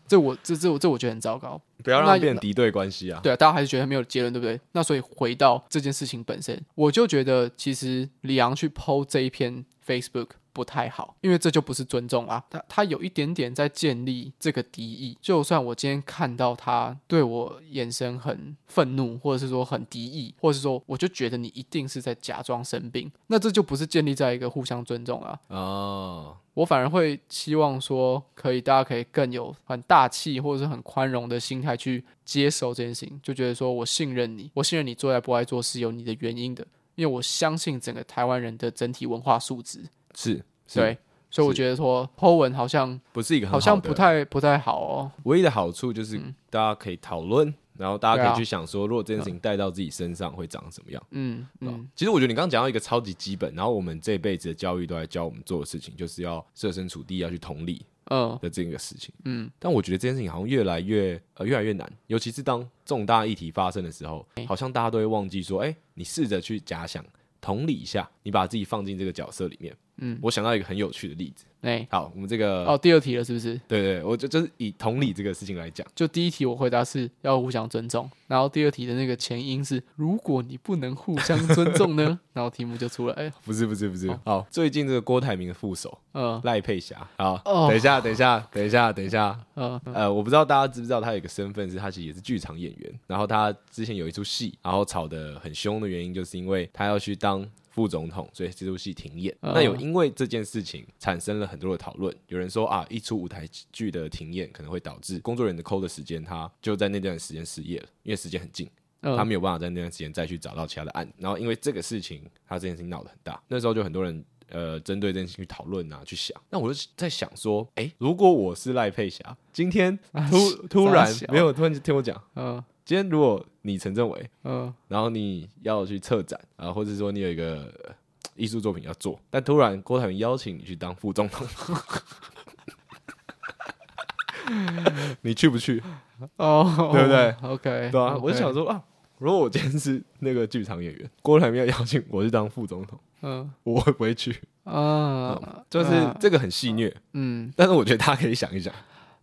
Speaker 1: 这我这这我这我觉得很糟糕。
Speaker 2: 不要让它
Speaker 1: 那
Speaker 2: 变成敌对关系啊。
Speaker 1: 对啊，大家还是觉得没有结论，对不对？那所以回到这件事情本身，我就觉得其实李阳去剖这一篇 Facebook 不太好，因为这就不是尊重啊。他他有一点点在建立这个敌意，就算我今天看到他对我眼神很愤怒，或者是说很敌意，或者是说我就觉得你一定是在假装生病，那这就不是建立在一个互相尊重啊。
Speaker 2: 哦，
Speaker 1: 我反而会希望说，可以大家可以更有很大气或者是很宽容的心态去接受这件事情，就觉得说我信任你，我信任你做在不爱做是有你的原因的，因为我相信整个台湾人的整体文化素质，
Speaker 2: 是，是
Speaker 1: 对，所以我
Speaker 2: 是
Speaker 1: 觉得说 Po 文好像
Speaker 2: 不是一个很
Speaker 1: 好像
Speaker 2: 的
Speaker 1: 不太嗯不太好哦，
Speaker 2: 唯一的好处就是大家可以讨论，然后大家
Speaker 1: 啊
Speaker 2: 可以去想说，如果这件事情带到自己身上会长什么样。
Speaker 1: 嗯
Speaker 2: 对吧
Speaker 1: 嗯，
Speaker 2: 其实我觉得你刚刚讲到一个超级基本，然后我们这辈子的教育都在教我们做的事情，就是要设身处地要去同理
Speaker 1: 嗯
Speaker 2: 的这个事情。
Speaker 1: 嗯，
Speaker 2: 但我觉得这件事情好像越来越呃越来越难，尤其是当重大议题发生的时候，好像大家都会忘记说，哎、你试着去假想同理一下，你把自己放进这个角色里面。
Speaker 1: 嗯，
Speaker 2: 我想到一个很有趣的例子。
Speaker 1: 哎、
Speaker 2: 好，我们这个、
Speaker 1: 哦，第二题了是不是？
Speaker 2: 对对，我就就是以同理这个事情来讲。
Speaker 1: 就第一题我回答是要互相尊重，然后第二题的那个前因是如果你不能互相尊重呢， <laughs> 然后题目就出来，哎
Speaker 2: 不是不是不是，好，最近这个郭台铭的副手
Speaker 1: 嗯
Speaker 2: 赖佩霞，好，
Speaker 1: 哦
Speaker 2: 等一下等一下等一下等一下，
Speaker 1: 嗯。
Speaker 2: 呃，我不知道大家知不知道他有一个身份是，他其实也是剧场演员，然后他之前有一出戏，然后吵得很凶的原因，就是因为他要去当。副总统，所以这出戏停演。
Speaker 1: 嗯
Speaker 2: 那有因为这件事情产生了很多的讨论，有人说啊，一出舞台剧的停演可能会导致工作人员的扣的时间，他就在那段时间失业了，因为时间很近。
Speaker 1: 嗯
Speaker 2: 他没有办法在那段时间再去找到其他的案。然后因为这个事情，他这件事情闹得很大，那时候就很多人呃针对这件事情去讨论啊，去想。那我就在想说，哎、如果我是赖佩霞，今天突突然
Speaker 1: 傻小
Speaker 2: 没有突然听我讲，
Speaker 1: 嗯
Speaker 2: 今天如果你陈政伟，
Speaker 1: 嗯
Speaker 2: 然后你要去策展啊、或者说你有一个呃艺术作品要做，但突然郭台铭邀请你去当副总统。 <laughs> 你去不去？
Speaker 1: 哦，
Speaker 2: 对不对
Speaker 1: ？OK，
Speaker 2: 对啊
Speaker 1: OK
Speaker 2: 我就想，说啊，如果我今天是那个剧场演员，郭台铭要邀请我去当副总统， <laughs>
Speaker 1: 嗯
Speaker 2: 我会不会去？
Speaker 1: 啊，
Speaker 2: 就是
Speaker 1: 啊
Speaker 2: 这个很戏虐，
Speaker 1: 嗯，
Speaker 2: 但是我觉得大家可以想一想，啊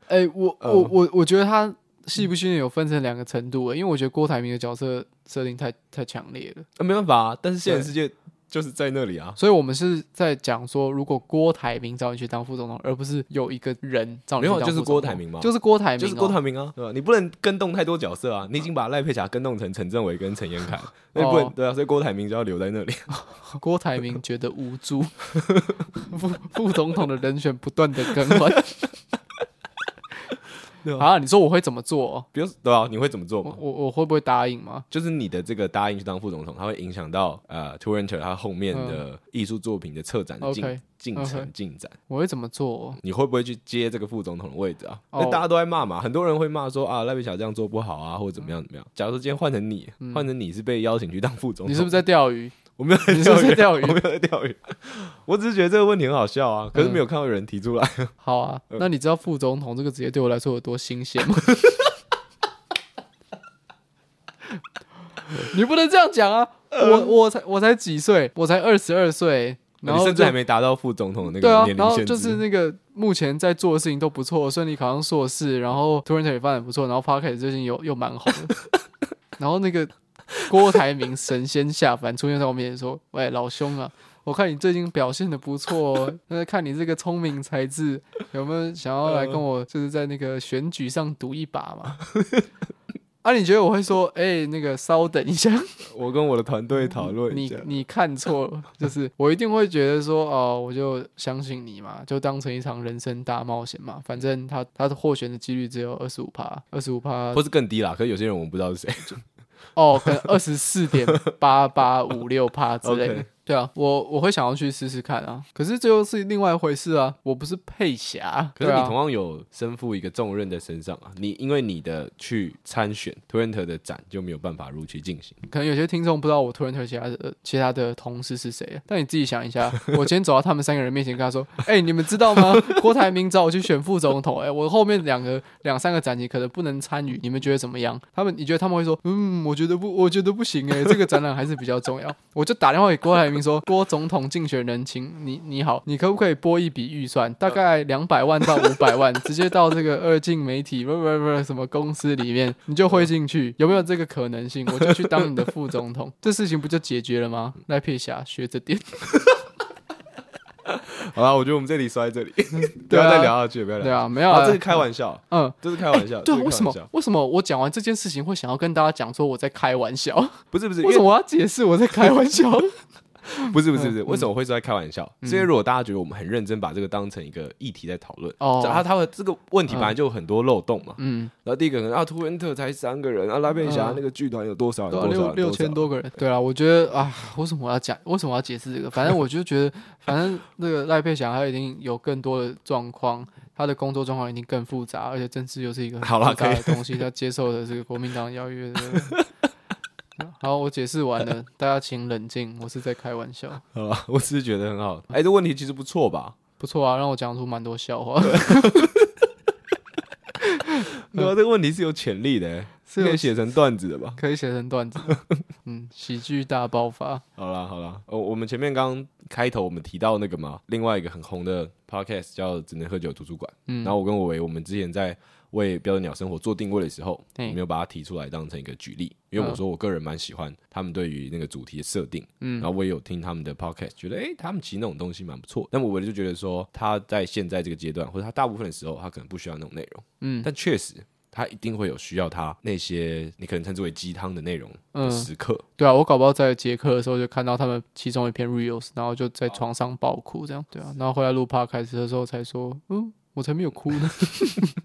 Speaker 1: 哎，我
Speaker 2: 呃
Speaker 1: 我我我觉得他戏不戏虐有分成两个程度，因为我觉得郭台铭的角色设定太太强烈了，
Speaker 2: 啊、没办法、啊，但是现实世界就是在那里啊。
Speaker 1: 所以我们是在讲说，如果郭台铭找你去当副总统，而不是有一个人找你去
Speaker 2: 没有
Speaker 1: 当
Speaker 2: 就是
Speaker 1: 副总统
Speaker 2: 郭台铭嘛
Speaker 1: 就是郭台铭哦，
Speaker 2: 就是郭台铭啊，对吧？你不能跟动太多角色啊，你已经把赖佩霞跟动成陈政伟跟陈彦 <laughs> 凯，那你不能
Speaker 1: 哦
Speaker 2: 对啊，所以郭台铭就要留在那 <laughs> 里。
Speaker 1: 郭台铭觉得无
Speaker 2: <laughs>
Speaker 1: 助，副副总统的人选不断的更换
Speaker 2: <laughs> 对。啊
Speaker 1: 啊，你说我会怎么做哦？
Speaker 2: 比如对啊，你会怎么做
Speaker 1: 我
Speaker 2: 嘛？
Speaker 1: 我我会不会答应吗？
Speaker 2: 就是你的这个答应去当副总统，它会影响到呃 t o r e n t e r 他后面的艺术作品的策展的进
Speaker 1: OK，
Speaker 2: 进程
Speaker 1: OK
Speaker 2: 进展。
Speaker 1: 我会怎么做？
Speaker 2: 你会不会去接这个副总统的位置啊？
Speaker 1: 哦
Speaker 2: 那大家都在骂嘛，很多人会骂说啊，赖佩霞这样做不好啊，或者怎么样怎么样。假如说今天换成你，换成你是被邀请去当副总
Speaker 1: 嗯
Speaker 2: 统，
Speaker 1: 你是不是在钓
Speaker 2: <laughs>
Speaker 1: 鱼？
Speaker 2: 我没有在
Speaker 1: 你是不是在钓
Speaker 2: 钓鱼，
Speaker 1: 鱼嗯
Speaker 2: 我没有在钓鱼，我只是觉得这个问题很好笑啊，可是没有看到有人提出来。
Speaker 1: 好啊，
Speaker 2: 嗯
Speaker 1: 那你知道副总统这个职业对我来说有多新鲜吗？ <laughs> 你不能这样讲啊！
Speaker 2: 呃
Speaker 1: 我我才我才几岁，我才二十二岁，然
Speaker 2: 哦你
Speaker 1: 后
Speaker 2: 甚至还
Speaker 1: 就
Speaker 2: 没达到副总统的那
Speaker 1: 对
Speaker 2: 个
Speaker 1: 啊，
Speaker 2: 年
Speaker 1: 然
Speaker 2: 龄
Speaker 1: 后
Speaker 2: 限制。
Speaker 1: 就是那个目前在做的事情都不错，顺利考上硕士，然后 Twitter 也发展不错，然后 p o c k e t 最近又又蛮红的，然后那个郭台铭神仙下凡出现在我面前说：“喂，老兄啊，我看你最近表现的不错哦，那看你这个聪明才智，有没有想要来
Speaker 2: 嗯
Speaker 1: 跟我就是在那个选举上赌一把嘛？” <laughs> 啊，你觉得我会说？哎、那个稍等一下，
Speaker 2: 我跟我的团队讨论一
Speaker 1: 你
Speaker 2: 下，
Speaker 1: 你看错了，就是 <laughs> 我一定会觉得说，哦，我就相信你嘛，就当成一场人生大冒险嘛，反正他他的获选的几率只有二十五趴，二十五趴
Speaker 2: 或是更低啦。可是有些人我们不知道是谁。
Speaker 1: 哦，可能二十四点八八五六趴之类的
Speaker 2: <laughs> OK。
Speaker 1: 对啊，我我会想要去试试看啊，可是这又是另外一回事啊，我不是配侠，
Speaker 2: 可是你
Speaker 1: 对啊
Speaker 2: 同样有身负一个重任在身上啊，你因为你的去参选 Twitter 的展就没有办法如期进行。
Speaker 1: 可能有些听众不知道我 Twitter 其他的呃其他的同事是谁，但你自己想一下， <laughs> 我今天走到他们三个人面前，跟他说：“哎、你们知道吗？郭台铭找我去选副总统，哎、我后面两个两三个展期可能不能参与，你们觉得怎么样？”他们你觉得他们会说：“嗯，我觉得不，我觉得不行、哎，这个展览还是比较重要。” <laughs> 我就打电话给郭台铭说：“郭总统竞选人，请你你好，你可不可以拨一笔预算，大概两百万到五百
Speaker 2: <laughs>
Speaker 1: 万，直接到这个二进媒体不不不什么公司里面，你就会进去，有没有这个可能性？我就去当你的副总
Speaker 2: <laughs>
Speaker 1: 统，这事情不就解决了吗？赖佩霞学着点，
Speaker 2: 好啦，我觉得我们这里摔
Speaker 1: <laughs>
Speaker 2: 在这里，不
Speaker 1: 对啊
Speaker 2: 要再聊下去，不要聊下去。
Speaker 1: 对啊，没有、
Speaker 2: 啊，
Speaker 1: 啊，
Speaker 2: 这是开玩笑，
Speaker 1: 嗯。
Speaker 2: 这是开玩笑。
Speaker 1: 对啊
Speaker 2: 这，是
Speaker 1: 为什么
Speaker 2: 开玩笑？
Speaker 1: 为什么我讲完这件事情会想要跟大家讲说我在开玩笑？
Speaker 2: 不是不是，因
Speaker 1: 为
Speaker 2: 为
Speaker 1: 什么我要解释我在开玩
Speaker 2: <laughs>
Speaker 1: 笑？
Speaker 2: 不是不是不是，
Speaker 1: 嗯
Speaker 2: 为什么会说在开玩笑？是因为如果大家觉得我们很认真把这个当成一个议题在讨论，
Speaker 1: 哦
Speaker 2: 然后他会这个问题本来就有很多漏洞嘛。
Speaker 1: 嗯，
Speaker 2: 然后第一个可能啊，图恩特才三个人啊，拉贝侠
Speaker 1: 嗯
Speaker 2: 那个剧团有多少人？
Speaker 1: 对啊、
Speaker 2: 多少
Speaker 1: 六六
Speaker 2: 人
Speaker 1: 千。
Speaker 2: 少人
Speaker 1: 多个人。对啊，我觉得啊，为什么我要讲？为什么我要解释这个？反
Speaker 2: <laughs>
Speaker 1: 正我就觉得，反正那个赖佩霞她一定有更多的状况，她的工作状况一定更复杂，而且政治又是一个很
Speaker 2: 好啦
Speaker 1: 复杂
Speaker 2: 可以
Speaker 1: 的东
Speaker 2: <laughs>
Speaker 1: 西，她接受的这个国民党邀约的。 <laughs> 好，我解释完
Speaker 2: <laughs>
Speaker 1: 了，大家请冷静，我是在开玩笑。
Speaker 2: 好啦 <laughs> 我只是觉得很好。哎，这问题其实不错吧？
Speaker 1: 不错啊，让我讲出蛮多笑话，
Speaker 2: 对啊，这个问题是有潜力的，
Speaker 1: 嗯是
Speaker 2: 是可
Speaker 1: 有
Speaker 2: 以写成段子的吧？
Speaker 1: 可以写成段子。嗯，喜剧大爆发。
Speaker 2: 好啦好啦，哦，我们前面刚开头我们提到那个嘛，另外一个很红的 podcast 叫《只能喝酒图书馆》，
Speaker 1: 嗯
Speaker 2: 然后我跟我维，我们之前在为标准鸟生活做定位的时候，我
Speaker 1: 嘿
Speaker 2: 们有把它提出来当成一个举例，因为我
Speaker 1: 嗯
Speaker 2: 说我个人蛮喜欢他们对于那个主题的设定，
Speaker 1: 嗯
Speaker 2: 然后我也有听他们的 podcast，觉得诶，他们其实那种东西蛮不错，但我维就觉得说他在现在这个阶段，或者他大部分的时候，他可能不需要那种内容，
Speaker 1: 嗯
Speaker 2: 但确实。他一定会有需要他那些你可能称之为鸡汤的内容的
Speaker 1: 嗯
Speaker 2: 时刻，
Speaker 1: 对啊，我搞不好在捷克的时候就看到他们其中一篇 reels，然后就
Speaker 2: 哦
Speaker 1: 在床上爆哭这样。对啊，然后回来录 p 开始的时候才说，嗯，我才没有哭呢。 <laughs>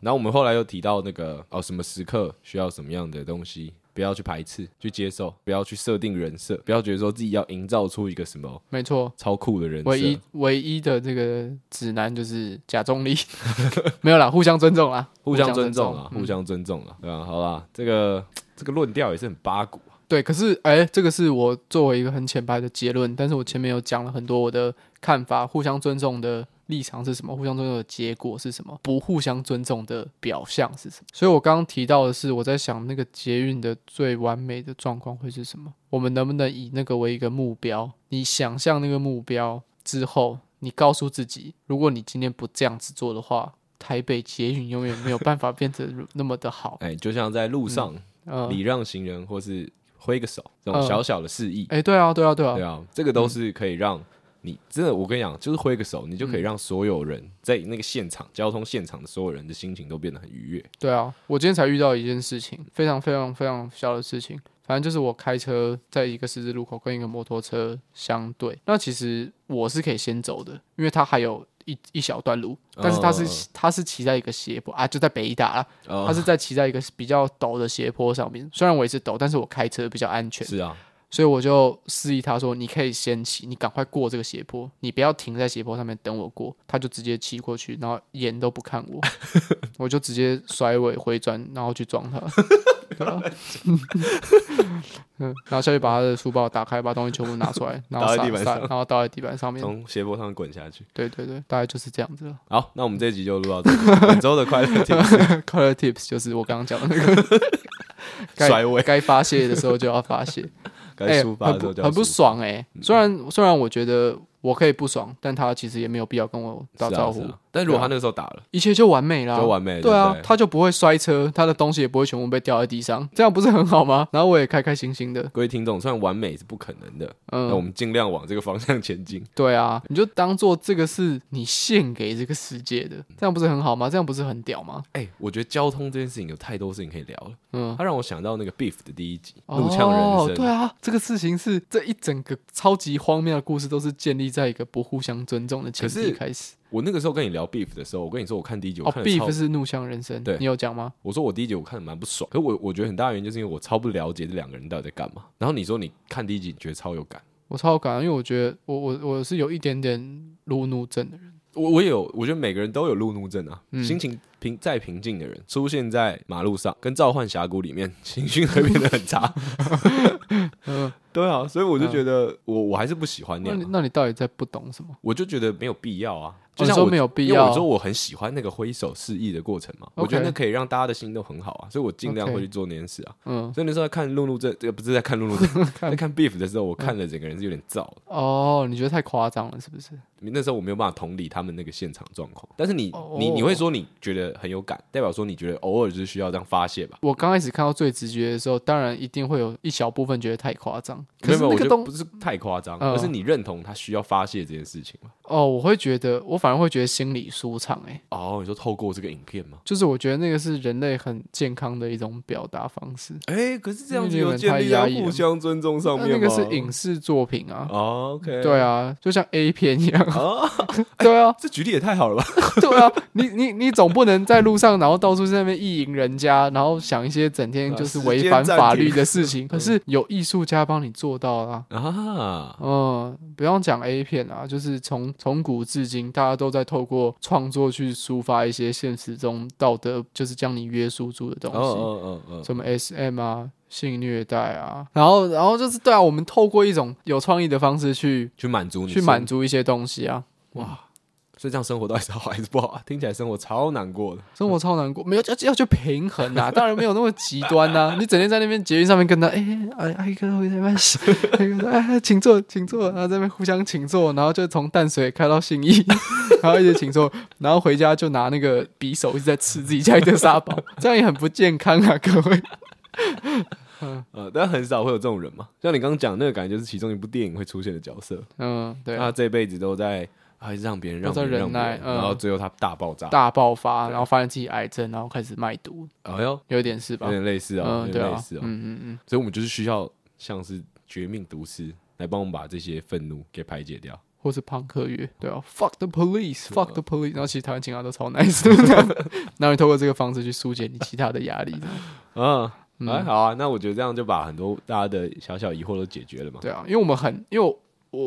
Speaker 2: 然后我们后来又提到那个哦，什么时刻需要什么样的东西，不要去排斥，去接受，不要去设定人设，不要觉得说自己要营造出一个什么
Speaker 1: 没错，
Speaker 2: 超酷的人
Speaker 1: 唯一
Speaker 2: 设，
Speaker 1: 唯一的这个指南就是假中立， <laughs> 没有啦，互相尊重啦，
Speaker 2: 互相尊重啊，
Speaker 1: 嗯
Speaker 2: 互相尊重啊，对啊，好啦，这个这个论调也是很八股啊，。
Speaker 1: 对，可是哎、这个是我作为一个很浅白的结论，但是我前面有讲了很多我的看法，互相尊重的立场是什么，互相尊重的结果是什么，不互相尊重的表象是什么。所以我刚刚提到的是，我在想那个捷运的最完美的状况会是什么？我们能不能以那个为一个目标？你想象那个目标之后，你告诉自己，如果你今天不这样子做的话，台北捷运永远没有办法变成那么的好
Speaker 2: 哎，就像在路上
Speaker 1: 嗯、
Speaker 2: 礼让行人或是挥个手这种
Speaker 1: 嗯
Speaker 2: 小小的示意，
Speaker 1: 哎、对啊，对啊，对啊
Speaker 2: 对，啊，这个都是可以让你真的，我跟你讲，就是挥个手，你就可以让所有
Speaker 1: 嗯
Speaker 2: 人在那个现场交通现场的所有人的心情都变得很愉悦。
Speaker 1: 对啊，我今天才遇到一件事情，非常非常非常小的事情。反正就是我开车在一个十字路口跟一个摩托车相对，那其实我是可以先走的，因为它还有一一小段路，但是它是、
Speaker 2: 嗯嗯嗯
Speaker 1: 它是骑在一个斜坡啊，就在北医大啦，
Speaker 2: 哦
Speaker 1: 它是在骑在一个比较陡的斜坡上面。虽然我也是陡，但是我开车比较安全，
Speaker 2: 是啊，
Speaker 1: 所以我就示意他说：“你可以先骑，你赶快过这个斜坡，你不要停在斜坡上面等我过。”他就直接骑过去，然后眼都不看
Speaker 2: <laughs>
Speaker 1: 我，我就直接甩尾回转，然后去撞
Speaker 2: <laughs>
Speaker 1: 他。对啊嗯，然后下去把他的书包打开，把东西全部拿出来，然后
Speaker 2: 倒在
Speaker 1: 撒
Speaker 2: 地板
Speaker 1: 撒
Speaker 2: 上
Speaker 1: 然后倒在地板上面。
Speaker 2: 从斜坡上滚下去。
Speaker 1: 对对对，大概就是这样子了。
Speaker 2: 好，那我们这
Speaker 1: <laughs>
Speaker 2: 一集就录到这里。本周的快乐 tips， <laughs>
Speaker 1: Color tips 就是我刚刚讲的那个，该
Speaker 2: 甩尾
Speaker 1: 该发泄的时候就要发泄。
Speaker 2: 该
Speaker 1: 哎很
Speaker 2: 抒发的时候
Speaker 1: 不
Speaker 2: 就要
Speaker 1: 很不
Speaker 2: 抒发嗯
Speaker 1: 爽哎、虽然虽然我觉得我可以不爽，但他其实也没有必要跟我打
Speaker 2: 是啊
Speaker 1: 招呼，
Speaker 2: 是啊但如果
Speaker 1: 对啊
Speaker 2: 他那个时候打了，
Speaker 1: 一切就完美啦，
Speaker 2: 就完美了
Speaker 1: 对啊，
Speaker 2: 对不对
Speaker 1: 他就不会摔车，他的东西也不会全部被掉在地上，这样不是很好吗？然后我也开开心心的，
Speaker 2: 各位听众，虽然完美是不可能的，那我
Speaker 1: 啊嗯，
Speaker 2: 们尽量往这个方向前进。
Speaker 1: 对啊，你就当做这个是你献给这个世界的，这样不是很好吗？这样不是很屌吗？
Speaker 2: 哎、我觉得交通这件事情有太多事情可以聊了，
Speaker 1: 嗯。
Speaker 2: 它让我想到那个 Beef 的第一集《怒呛人
Speaker 1: 哦，
Speaker 2: 生》
Speaker 1: 对啊，这个事情是这一整个超级荒谬的故事，都是建立在一个不互相尊重的前
Speaker 2: 可
Speaker 1: 提
Speaker 2: 是
Speaker 1: 开始。
Speaker 2: 我那个时候跟你聊 Beef 的时候，我跟你说我看第一集，我
Speaker 1: 哦
Speaker 2: 看了超
Speaker 1: ，beef 是怒呛人生，
Speaker 2: 对
Speaker 1: 你有讲吗？
Speaker 2: 我说我第一集我看的蛮不爽，可我我觉得很大原因就是因为我超不了解这两个人到底在干嘛。然后你说你看第一集你觉得超有感，
Speaker 1: 我超感恩，因为我觉得我我我是有一点点路怒症的人。
Speaker 2: 我我也有，我觉得每个人都有路怒症啊。心情平再平静的人出现在马路上，跟召唤峡谷里面，情绪会变得很差。
Speaker 1: 嗯，
Speaker 2: <laughs> 对啊，所以我就觉得我我还是不喜欢
Speaker 1: 那
Speaker 2: 那样
Speaker 1: 你
Speaker 2: 啊，
Speaker 1: 那你到底在不懂什么？
Speaker 2: 我就觉得没有必要啊。
Speaker 1: 哦
Speaker 2: 就
Speaker 1: 你
Speaker 2: 像
Speaker 1: 说
Speaker 2: 我
Speaker 1: 没有必
Speaker 2: 因为
Speaker 1: 要
Speaker 2: 我说我很喜欢那个挥手示意的过程嘛，我觉
Speaker 1: OK
Speaker 2: 得那可以让大家的心都很好啊，所以我尽量
Speaker 1: OK
Speaker 2: 会去做那件事啊。
Speaker 1: 嗯，
Speaker 2: 所以那时候在看路怒症，这个不是在看路怒
Speaker 1: <laughs>
Speaker 2: 症，在看 Beef 的时候，我看了整个人是有点燥的。
Speaker 1: 哦，你觉得太夸张了是不是？
Speaker 2: 那时候我没有办法同理他们那个现场状况，但是你、
Speaker 1: 哦
Speaker 2: 你你会说你觉得很有感，代表说你觉得偶尔是需要这样发泄吧？
Speaker 1: 我刚开始看到最直觉的时候，当然一定会有一小部分觉得太夸张，可是
Speaker 2: 没有，
Speaker 1: 那
Speaker 2: 我觉
Speaker 1: 个
Speaker 2: 得
Speaker 1: 东
Speaker 2: 不是太夸张，
Speaker 1: 嗯
Speaker 2: 而是你认同他需要发泄这件事情嘛？
Speaker 1: 哦，我会觉得我反而会觉得心理舒畅哎、欸
Speaker 2: 哦，你说透过这个影片吗？
Speaker 1: 就是我觉得那个是人类很健康的一种表达方式。
Speaker 2: 哎、可是这
Speaker 1: 那
Speaker 2: 样子
Speaker 1: 嗯有
Speaker 2: 有
Speaker 1: 点
Speaker 2: 建
Speaker 1: 太
Speaker 2: 立在
Speaker 1: 压抑了
Speaker 2: 互相尊重上
Speaker 1: 那
Speaker 2: 面
Speaker 1: 那
Speaker 2: 吗？
Speaker 1: 个是影视作品啊，
Speaker 2: 哦，OK，
Speaker 1: 对啊，就像 A 片一样，
Speaker 2: 啊，
Speaker 1: <laughs> 对啊，
Speaker 2: 这举例也太好了吧？
Speaker 1: <laughs> 对啊，你你你总不能在路上，然后到处在那边意淫人家，然后想一些整
Speaker 2: 啊
Speaker 1: 天就是违反法律
Speaker 2: <laughs>
Speaker 1: 的事情。可是有艺术家帮你做到啦。
Speaker 2: 啊，
Speaker 1: 嗯，不用讲 A 片啊，就是从从古至今，大家都在透过创作去抒发一些现实中道德就是将你约束住的东
Speaker 2: 哦
Speaker 1: 西。
Speaker 2: 哦哦哦，
Speaker 1: 什么 SM 啊、性虐待啊，然后然后就是对啊，我们透过一种有创意的方式去
Speaker 2: 去满足你，
Speaker 1: 去满。足一些东西啊，
Speaker 2: 所以这样生活到底是好还是不好啊？听起来生活超难过的。
Speaker 1: 生活超难过，没有要要去平衡
Speaker 2: <laughs>
Speaker 1: 啊，当然没有那么极端呐、你整天在那边捷运上面跟他，哎哎哎，哥会在那边，哎哥哎，请坐，请坐，然后在那边互相请坐，然后就从淡水开到信
Speaker 2: <laughs>
Speaker 1: 义，然后一直请坐，然后回家就拿那个匕首一直在刺自己家里的沙
Speaker 2: <laughs>
Speaker 1: 包，这样也很不健康啊， <laughs> 各位。
Speaker 2: 呃，但很少会有这种人嘛。像你刚刚讲那个，感觉就是其中一部电影会出现的角色，
Speaker 1: 嗯，对啊
Speaker 2: 他这辈子都在还让别人
Speaker 1: 都
Speaker 2: 让
Speaker 1: 在
Speaker 2: 别
Speaker 1: 忍
Speaker 2: 人让别
Speaker 1: 耐
Speaker 2: 人
Speaker 1: 嗯
Speaker 2: 然后最后他大爆炸。
Speaker 1: 大爆发，然后发现自己癌症，然后开始卖毒，
Speaker 2: 哎呦，
Speaker 1: 有点是吧
Speaker 2: 有？点类似哦，
Speaker 1: 嗯，
Speaker 2: 有
Speaker 1: 对
Speaker 2: 点类
Speaker 1: 啊
Speaker 2: 似，哦。
Speaker 1: 嗯嗯嗯，
Speaker 2: 所以我们就是需要像是绝命毒师来帮我们把这些愤怒给排解掉。
Speaker 1: 或是朋克乐，对啊，fuck the police，fuck the police，然后其实台湾情歌都超 nice 的，然后你透过这个方式去疏解你其他的压力，
Speaker 2: 嗯，哎，好啊，那我觉得这样就把很多大家的小小疑惑都解决了嘛。
Speaker 1: 对啊，因为我们很，因为我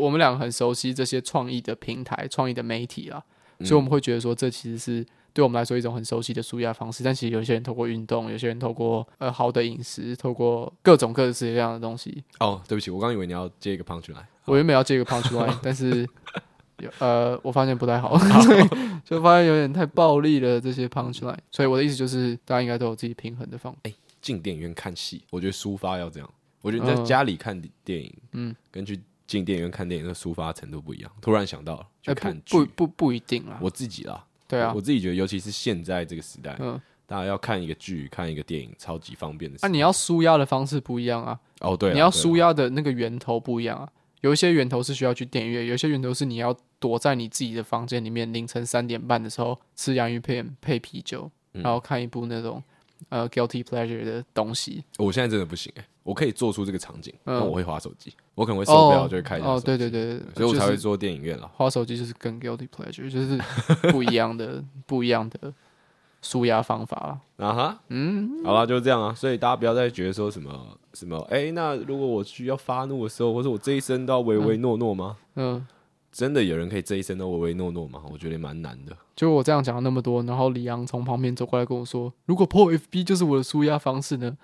Speaker 1: 我们俩很熟悉这些创意的平台、创意的媒体啦，所以我们会觉得说这其实是。对我们来说，一种很熟悉的舒压方式，但其实有些人透过运动，有些人透过呃好的饮食，透过各种各式各样的东西，
Speaker 2: 哦，对不起，我刚以为你要接一个 punch 来。
Speaker 1: 我原本要接一
Speaker 2: <laughs>
Speaker 1: 个 punch line，但是有呃，我发现不太好，所以就发现有点太暴力了这些 punch line。所以我的意思就是，大家应该都有自己平衡的方法。
Speaker 2: 哎进电影院看戏，我觉得抒发要这样。我觉得你在
Speaker 1: 嗯
Speaker 2: 家里看电影，
Speaker 1: 嗯
Speaker 2: 嗯，跟去进电影院看电影的抒发程度不一样。突然想到了，去
Speaker 1: 呃，
Speaker 2: 看
Speaker 1: 不不
Speaker 2: 剧，
Speaker 1: 不不一定啦。
Speaker 2: 我自己啦，
Speaker 1: 对啊
Speaker 2: 我，自己觉得，尤其是现在这个时代，
Speaker 1: 嗯，
Speaker 2: 大家要看一个剧、看一个电影，超级方便的事
Speaker 1: 那、。啊你要舒压的方式不一样啊，
Speaker 2: 哦，对啊，
Speaker 1: 你要
Speaker 2: 对啊
Speaker 1: 舒压的那个源头不一样啊。有一些源头是需要去电影院，有一些源头是你要躲在你自己的房间里面，凌晨三点半的时候吃洋芋片配啤酒，
Speaker 2: 嗯
Speaker 1: 然后看一部那种呃 guilty pleasure 的东西。
Speaker 2: 我现在真的不行哎、我可以做出这个场景，
Speaker 1: 嗯
Speaker 2: 但我会划手机，我可能会受不
Speaker 1: 哦
Speaker 2: 了，就会开一下
Speaker 1: 哦，
Speaker 2: 手
Speaker 1: 对对
Speaker 2: 机
Speaker 1: 对对，
Speaker 2: 所以我才
Speaker 1: 就是
Speaker 2: 会做电影院了。
Speaker 1: 花手机就是更 guilty pleasure，就是不一样的不一样的舒压方法啦。
Speaker 2: 啊哈，嗯，好啦，就是这样啊。所以大家不要再觉得说什么什么，哎、那如果我需要发怒的时候，或者我这一生都要唯唯诺诺吗？
Speaker 1: 嗯，
Speaker 2: 真的有人可以这一生都唯唯诺诺吗？我觉得蛮难的。
Speaker 1: 就我这样讲了那么多，然后李阳从旁边走过来跟我说：“如果破 FB 就是我的舒压方式呢？”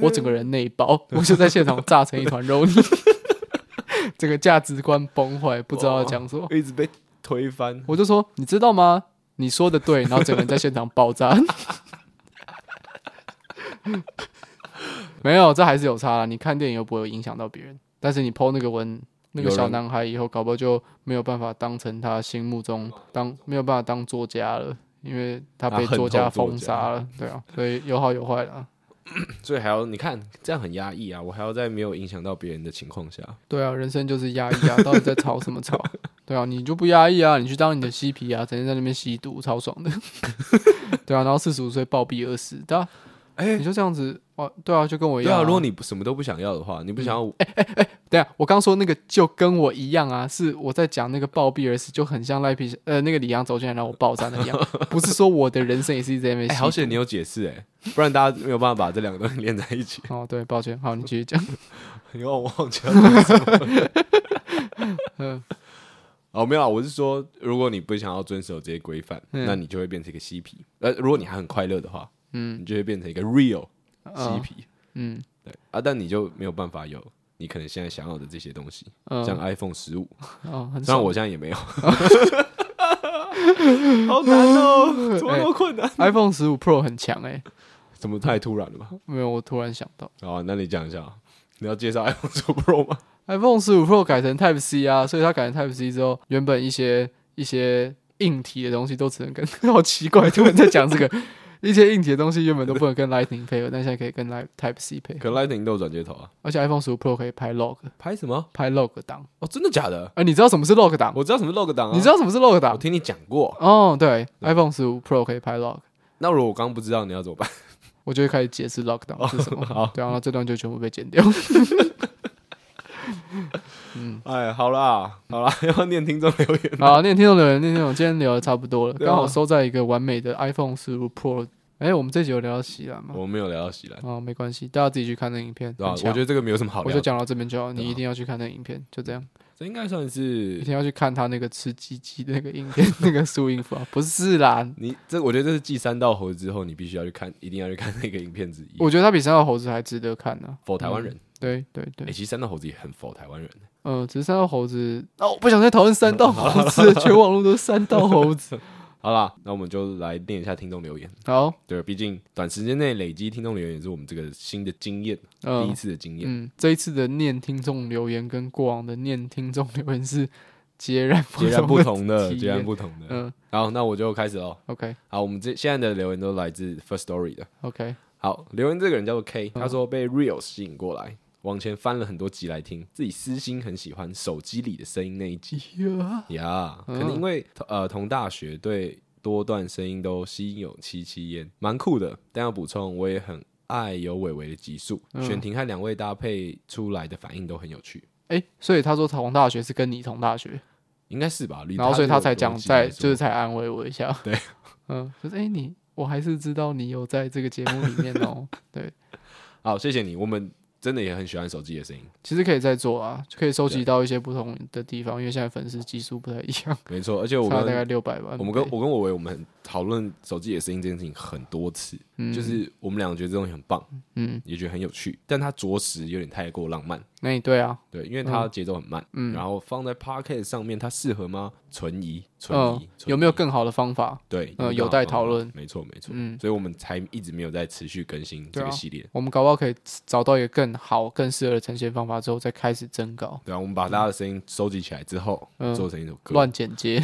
Speaker 1: 我整个人内爆，我就在现场炸成一团肉泥， <laughs> 整个价值观崩坏，不知道要讲什么。
Speaker 2: 一直被推翻，
Speaker 1: 我就说：“你知道吗？你说的对。”然后整个人在现场爆炸。 <laughs> 没有，这还是有差啦。你看电影又不会影响到别人，但是你 PO 那个文，那个
Speaker 2: 有人
Speaker 1: 小男孩以后搞不好就没有办法当成他心目中当没有办法当作家了，因为他被
Speaker 2: 他恨透
Speaker 1: 作家
Speaker 2: 作
Speaker 1: 封
Speaker 2: 家
Speaker 1: 杀了。对啊，所以有好有坏啦。
Speaker 2: 所以还要你看这样很压抑啊，我还要在没有影响到别人的情况下，
Speaker 1: 对啊，人生就是压抑啊，到底在吵什么吵？对啊，你就不压抑啊，你去当你的嬉皮啊，整天在那边吸毒，超爽的。 <laughs> 对啊，然后四十五岁暴毙而死，对啊，
Speaker 2: 哎
Speaker 1: 你就这样子哇，对啊，就跟我一
Speaker 2: 对
Speaker 1: 样、
Speaker 2: 啊，如嗯果你不什么都不想要的话，你不想要，哎
Speaker 1: 对啊，我刚说那个就跟我一样啊，是我在讲那个暴毙而死，就很像赖皮呃那个李阳走进来然后我爆炸那样，不是说我的人生也是一直在那边
Speaker 2: 哎、
Speaker 1: 吸
Speaker 2: 好
Speaker 1: 毒
Speaker 2: 险你有解释哎、不然大家没有办法把这两个东西连在一起。
Speaker 1: 哦，对，抱歉，好，你继续讲。
Speaker 2: <laughs> 你让我忘记了。
Speaker 1: 嗯
Speaker 2: 嗯， <laughs> 哦，没有啊，我是说，如果你不想要遵守这些规范，
Speaker 1: 嗯
Speaker 2: 那你就会变成一个嬉皮。呃，如果你还很快乐的话，
Speaker 1: 嗯
Speaker 2: 你就会变成一个 real 嬉
Speaker 1: 嗯
Speaker 2: 皮。
Speaker 1: 嗯
Speaker 2: 对啊，但你就没有办法有你可能现在想要的这些东西，像
Speaker 1: 嗯，
Speaker 2: iPhone 十五，
Speaker 1: 哦，很
Speaker 2: 虽然
Speaker 1: 爽。
Speaker 2: 啊我现在也 <laughs> 没有。好难 <laughs> 哦，怎么那么困难？
Speaker 1: iPhone 十五 Pro 很强哎、
Speaker 2: 怎么太突然了吧？
Speaker 1: 没有，我突然想到
Speaker 2: 好啊，那你讲一下啊，你要介绍 iPhone 十 Pro 吗？
Speaker 1: iPhone 十五 Pro 改成 Type C 啊，所以它改成 Type C 之后，原本一些一些硬体的东西都只能跟，好奇怪，突然在讲这个， <laughs> 一些硬体的东西原本都不能跟 Lightning 配合，但现在可以跟 Li- Type C 配合，
Speaker 2: 可 Lightning 都有转接头啊，
Speaker 1: 而且 iPhone 十五 Pro 可以拍 log。
Speaker 2: 拍什么？
Speaker 1: 拍 log 档。
Speaker 2: 哦，真的假的？
Speaker 1: 啊，你知道什么是 log 档？
Speaker 2: 我知道什么是 log 档啊，
Speaker 1: 你知道什么是 log
Speaker 2: 我
Speaker 1: 档？
Speaker 2: 听你讲过。
Speaker 1: 哦，对，iPhone 十五 Pro 可以拍 log，
Speaker 2: 那如果我刚不知道，你要怎么办？
Speaker 1: 我就会开始解释 log 档是什么。
Speaker 2: 哦好，
Speaker 1: 对啊，然后这段就全部被剪掉。 <laughs>
Speaker 2: 哎，好啦，好啦， <laughs> 要念听众留言。
Speaker 1: 好，念听众留言，念听众，今天聊的差不多了，
Speaker 2: 对啊
Speaker 1: 刚好收在一个完美的 iPhone 十五 Pro。哎，我们这集有聊到喜兰吗？
Speaker 2: 我们没有聊到喜兰，
Speaker 1: 哦，没关系，大家自己去看那影片。
Speaker 2: 对吧？啊
Speaker 1: 很
Speaker 2: 我
Speaker 1: 强
Speaker 2: 觉得这个没有什么好
Speaker 1: 我
Speaker 2: 聊
Speaker 1: 就
Speaker 2: 的。
Speaker 1: 讲到这边就好，你
Speaker 2: 对啊
Speaker 1: 一定要去看那影片，就这样，
Speaker 2: 这应该算
Speaker 1: 一
Speaker 2: 是
Speaker 1: 定要去看他那个吃鸡鸡的那个影片，那个输赢符啊，不是啦，
Speaker 2: 你这，我觉得这是继三道猴之后，你必须要去 <laughs> 看，一定要去看那个影片之一。
Speaker 1: 我觉得他比三道猴子还值得看呢。
Speaker 2: 否台湾人，
Speaker 1: 对对对
Speaker 2: 哎，，其实三道猴子也很否台湾人。
Speaker 1: 嗯，只是三道猴子哦，我不想再讨论三道猴子了，全网络都是三道猴子。
Speaker 2: 好啦，那我们就来念一下听众留言。
Speaker 1: 好，
Speaker 2: 对，毕竟短时间内累积听众留言也是我们这个新的经验，第一
Speaker 1: 嗯
Speaker 2: 次的经验，
Speaker 1: 嗯，这一次的念听众留言跟过往的念听众留言是截然
Speaker 2: 截然不
Speaker 1: 的
Speaker 2: 同的，
Speaker 1: 体
Speaker 2: 截然
Speaker 1: 验。
Speaker 2: 不同的。
Speaker 1: 嗯
Speaker 2: 好，那我就开始喽。
Speaker 1: ，OK
Speaker 2: 好，我们这现在的留言都来自 First Story 的。
Speaker 1: OK，
Speaker 2: 好，留言这个人叫做 K，他
Speaker 1: 嗯
Speaker 2: 说被 Real 吸引过来，往前翻了很多集来听，自己私心很喜欢手机里的声音那一集呀。
Speaker 1: 嗯
Speaker 2: 可能因为呃同大学对多段声音都心有戚戚焉，蛮酷的。但要补充，我也很爱有伟伟的集数，
Speaker 1: 嗯
Speaker 2: 选婷和两位搭配出来的反应都很有趣，
Speaker 1: 哎，所以他说同大学是跟你同大学，
Speaker 2: 应该是吧？
Speaker 1: 然后所以他才讲在，就是是才安慰我一下。对， <laughs> 嗯，就是哎你。我还是知道你有在这个节目里面哦，
Speaker 2: 好，谢谢你，我们真的也很喜欢手机的声音，
Speaker 1: 其实可以再做啊，就可以收集到一些不同的地方，因为现在粉丝基数不太一样，
Speaker 2: 没错。而且
Speaker 1: <laughs>
Speaker 2: 我
Speaker 1: 差大
Speaker 2: 跟
Speaker 1: 概六百万倍。
Speaker 2: 我们跟我跟我维我们很讨论手机野声音这件事情很多次，
Speaker 1: 嗯
Speaker 2: 就是我们两个觉得这东西很棒，
Speaker 1: 嗯，
Speaker 2: 也觉得很有趣，但它着实有点太过浪漫，
Speaker 1: 那你对啊，
Speaker 2: 对，因为它节奏很慢，
Speaker 1: 嗯
Speaker 2: 然后放在 podcast 上面，它适合吗？存疑，存
Speaker 1: 嗯
Speaker 2: 疑，，存疑
Speaker 1: 有没有更好的方法？
Speaker 2: 对？
Speaker 1: 呃
Speaker 2: 没
Speaker 1: 有待讨论
Speaker 2: 没错没错，
Speaker 1: 嗯
Speaker 2: 所以我们才一直没有在持续更新这
Speaker 1: 对啊
Speaker 2: 个系列。
Speaker 1: 我们搞不好可以找到一个更好、更适合的呈现方法之后，再开始征稿、
Speaker 2: 对啊，我们把大家的声音收集起来之后，
Speaker 1: 嗯
Speaker 2: 做成一首歌。
Speaker 1: 乱剪
Speaker 2: <laughs>
Speaker 1: 接，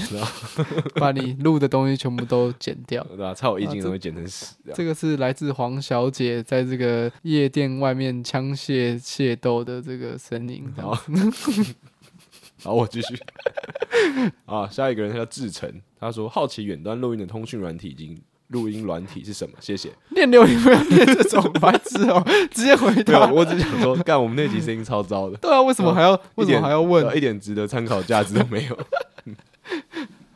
Speaker 1: 把你录的东西全部都剪掉。
Speaker 2: 对啊，差我一斤都会剪成屎这样。
Speaker 1: 这个是来自黄小姐在这个夜店外面枪械械斗的这个声音。
Speaker 2: 好好，我继续。 <laughs> 啊，下一个人他叫志成，他说好奇远端录音的通讯软体已经录音软体是什么？谢谢。
Speaker 1: 念六你不要念这种白痴哦，直接回
Speaker 2: 没有，
Speaker 1: 答。
Speaker 2: 我只想说，干我们那集声音超糟的，
Speaker 1: <laughs> 对啊，为什么还要为什么
Speaker 2: 一点
Speaker 1: 还要问
Speaker 2: 对啊？一点值得参考价值都没有。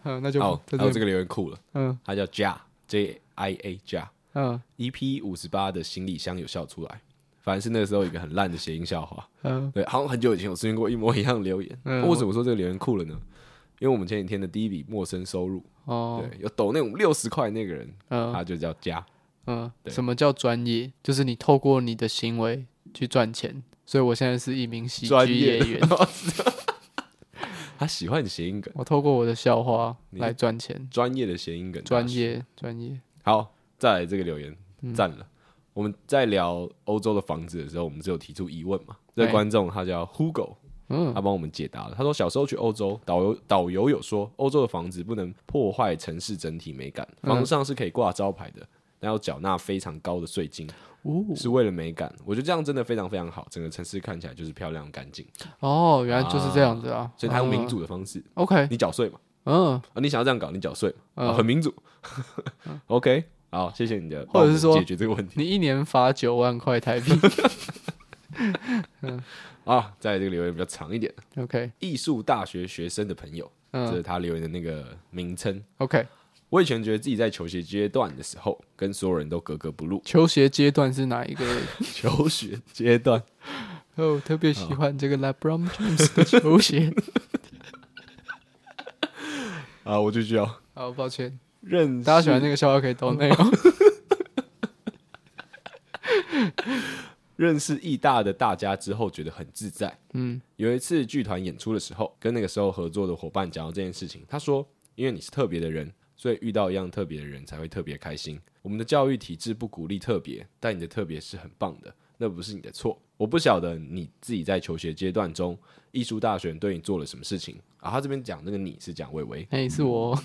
Speaker 1: 嗯， <laughs> 那就
Speaker 2: 好，
Speaker 1: 在
Speaker 2: 然后
Speaker 1: 这里。
Speaker 2: 这个留言酷了，
Speaker 1: 嗯
Speaker 2: 他叫 Ja J I A Ja
Speaker 1: 嗯
Speaker 2: EP 五十八的行李箱有笑出来，反正是那时候一个很烂的谐音笑话。
Speaker 1: 嗯，
Speaker 2: 对，好像很久以前有出现过一模一样的留言。
Speaker 1: 嗯
Speaker 2: 那为什么说这个留言酷了呢？因为我们前几天的第一笔陌生收入，
Speaker 1: 哦，
Speaker 2: 对，有抖那种六十块那个人，
Speaker 1: 嗯，
Speaker 2: 他就叫家。
Speaker 1: 嗯，
Speaker 2: 对
Speaker 1: 什么叫专业？就是你透过你的行为去赚钱。所以我现在是一名喜
Speaker 2: 专
Speaker 1: 剧
Speaker 2: 业
Speaker 1: 演员， <laughs>
Speaker 2: <laughs> 他喜欢谐音梗，
Speaker 1: 我透过我的笑话
Speaker 2: 你
Speaker 1: 来赚钱。
Speaker 2: 专业的谐音梗，
Speaker 1: 专。业，专业，
Speaker 2: 好，再来这个留言，赞了。我们在聊欧洲的房子的时候，我们只有提出疑问嘛。这
Speaker 1: 对
Speaker 2: 个观众他叫 Hugo，
Speaker 1: 嗯
Speaker 2: 他帮我们解答了。他说小时候去欧洲，导游导游有说，欧洲的房子不能破坏城市整体美感，
Speaker 1: 嗯
Speaker 2: 房子上是可以挂招牌的，但要缴纳非常高的税金，
Speaker 1: 哦
Speaker 2: 是为了美感。我觉得这样真的非常非常好，整个城市看起来就是漂亮干净。
Speaker 1: 哦，原来就是这样子啊，
Speaker 2: 所以他用
Speaker 1: 嗯
Speaker 2: 民主的方式，
Speaker 1: OK，
Speaker 2: 你缴税嘛，
Speaker 1: 嗯，
Speaker 2: 啊，你想要这样搞，你缴税嘛，啊
Speaker 1: 嗯 <laughs>
Speaker 2: 很民主。OK，好，谢谢你的，
Speaker 1: 或者是说
Speaker 2: 解决这个问题。
Speaker 1: 你一年罚九万块台币
Speaker 2: 啊，在这个留言比较长一点，
Speaker 1: ，OK，
Speaker 2: 艺术大学学生的朋友，这
Speaker 1: 嗯
Speaker 2: 是他留言的那个名称。
Speaker 1: ，OK，。
Speaker 2: 我以前觉得自己在求学阶段的时候，跟所有人都格格不入 <laughs>
Speaker 1: 求学阶段是哪一个？
Speaker 2: 求学阶段，
Speaker 1: 哦，特别喜欢这个 LeBron James 的球鞋。
Speaker 2: 啊，我就需要
Speaker 1: 好，抱歉，
Speaker 2: 认识
Speaker 1: 大家喜欢那个笑话可以抖内哦。
Speaker 2: 认识艺大的大家之后，觉得很自在。
Speaker 1: <laughs> 嗯，
Speaker 2: 有一次剧团演出的时候，跟那个时候合作的伙伴讲到这件事情，他说：“因为你是特别的人，所以遇到一样特别的人才会特别开心。我们的教育体制不鼓励特别，但你的特别是很棒的，那不是你的错。我不晓得你自己在求学阶段中，艺术大学对你做了什么事情啊？他这边讲那个你是讲魏巍，
Speaker 1: 哎、是我，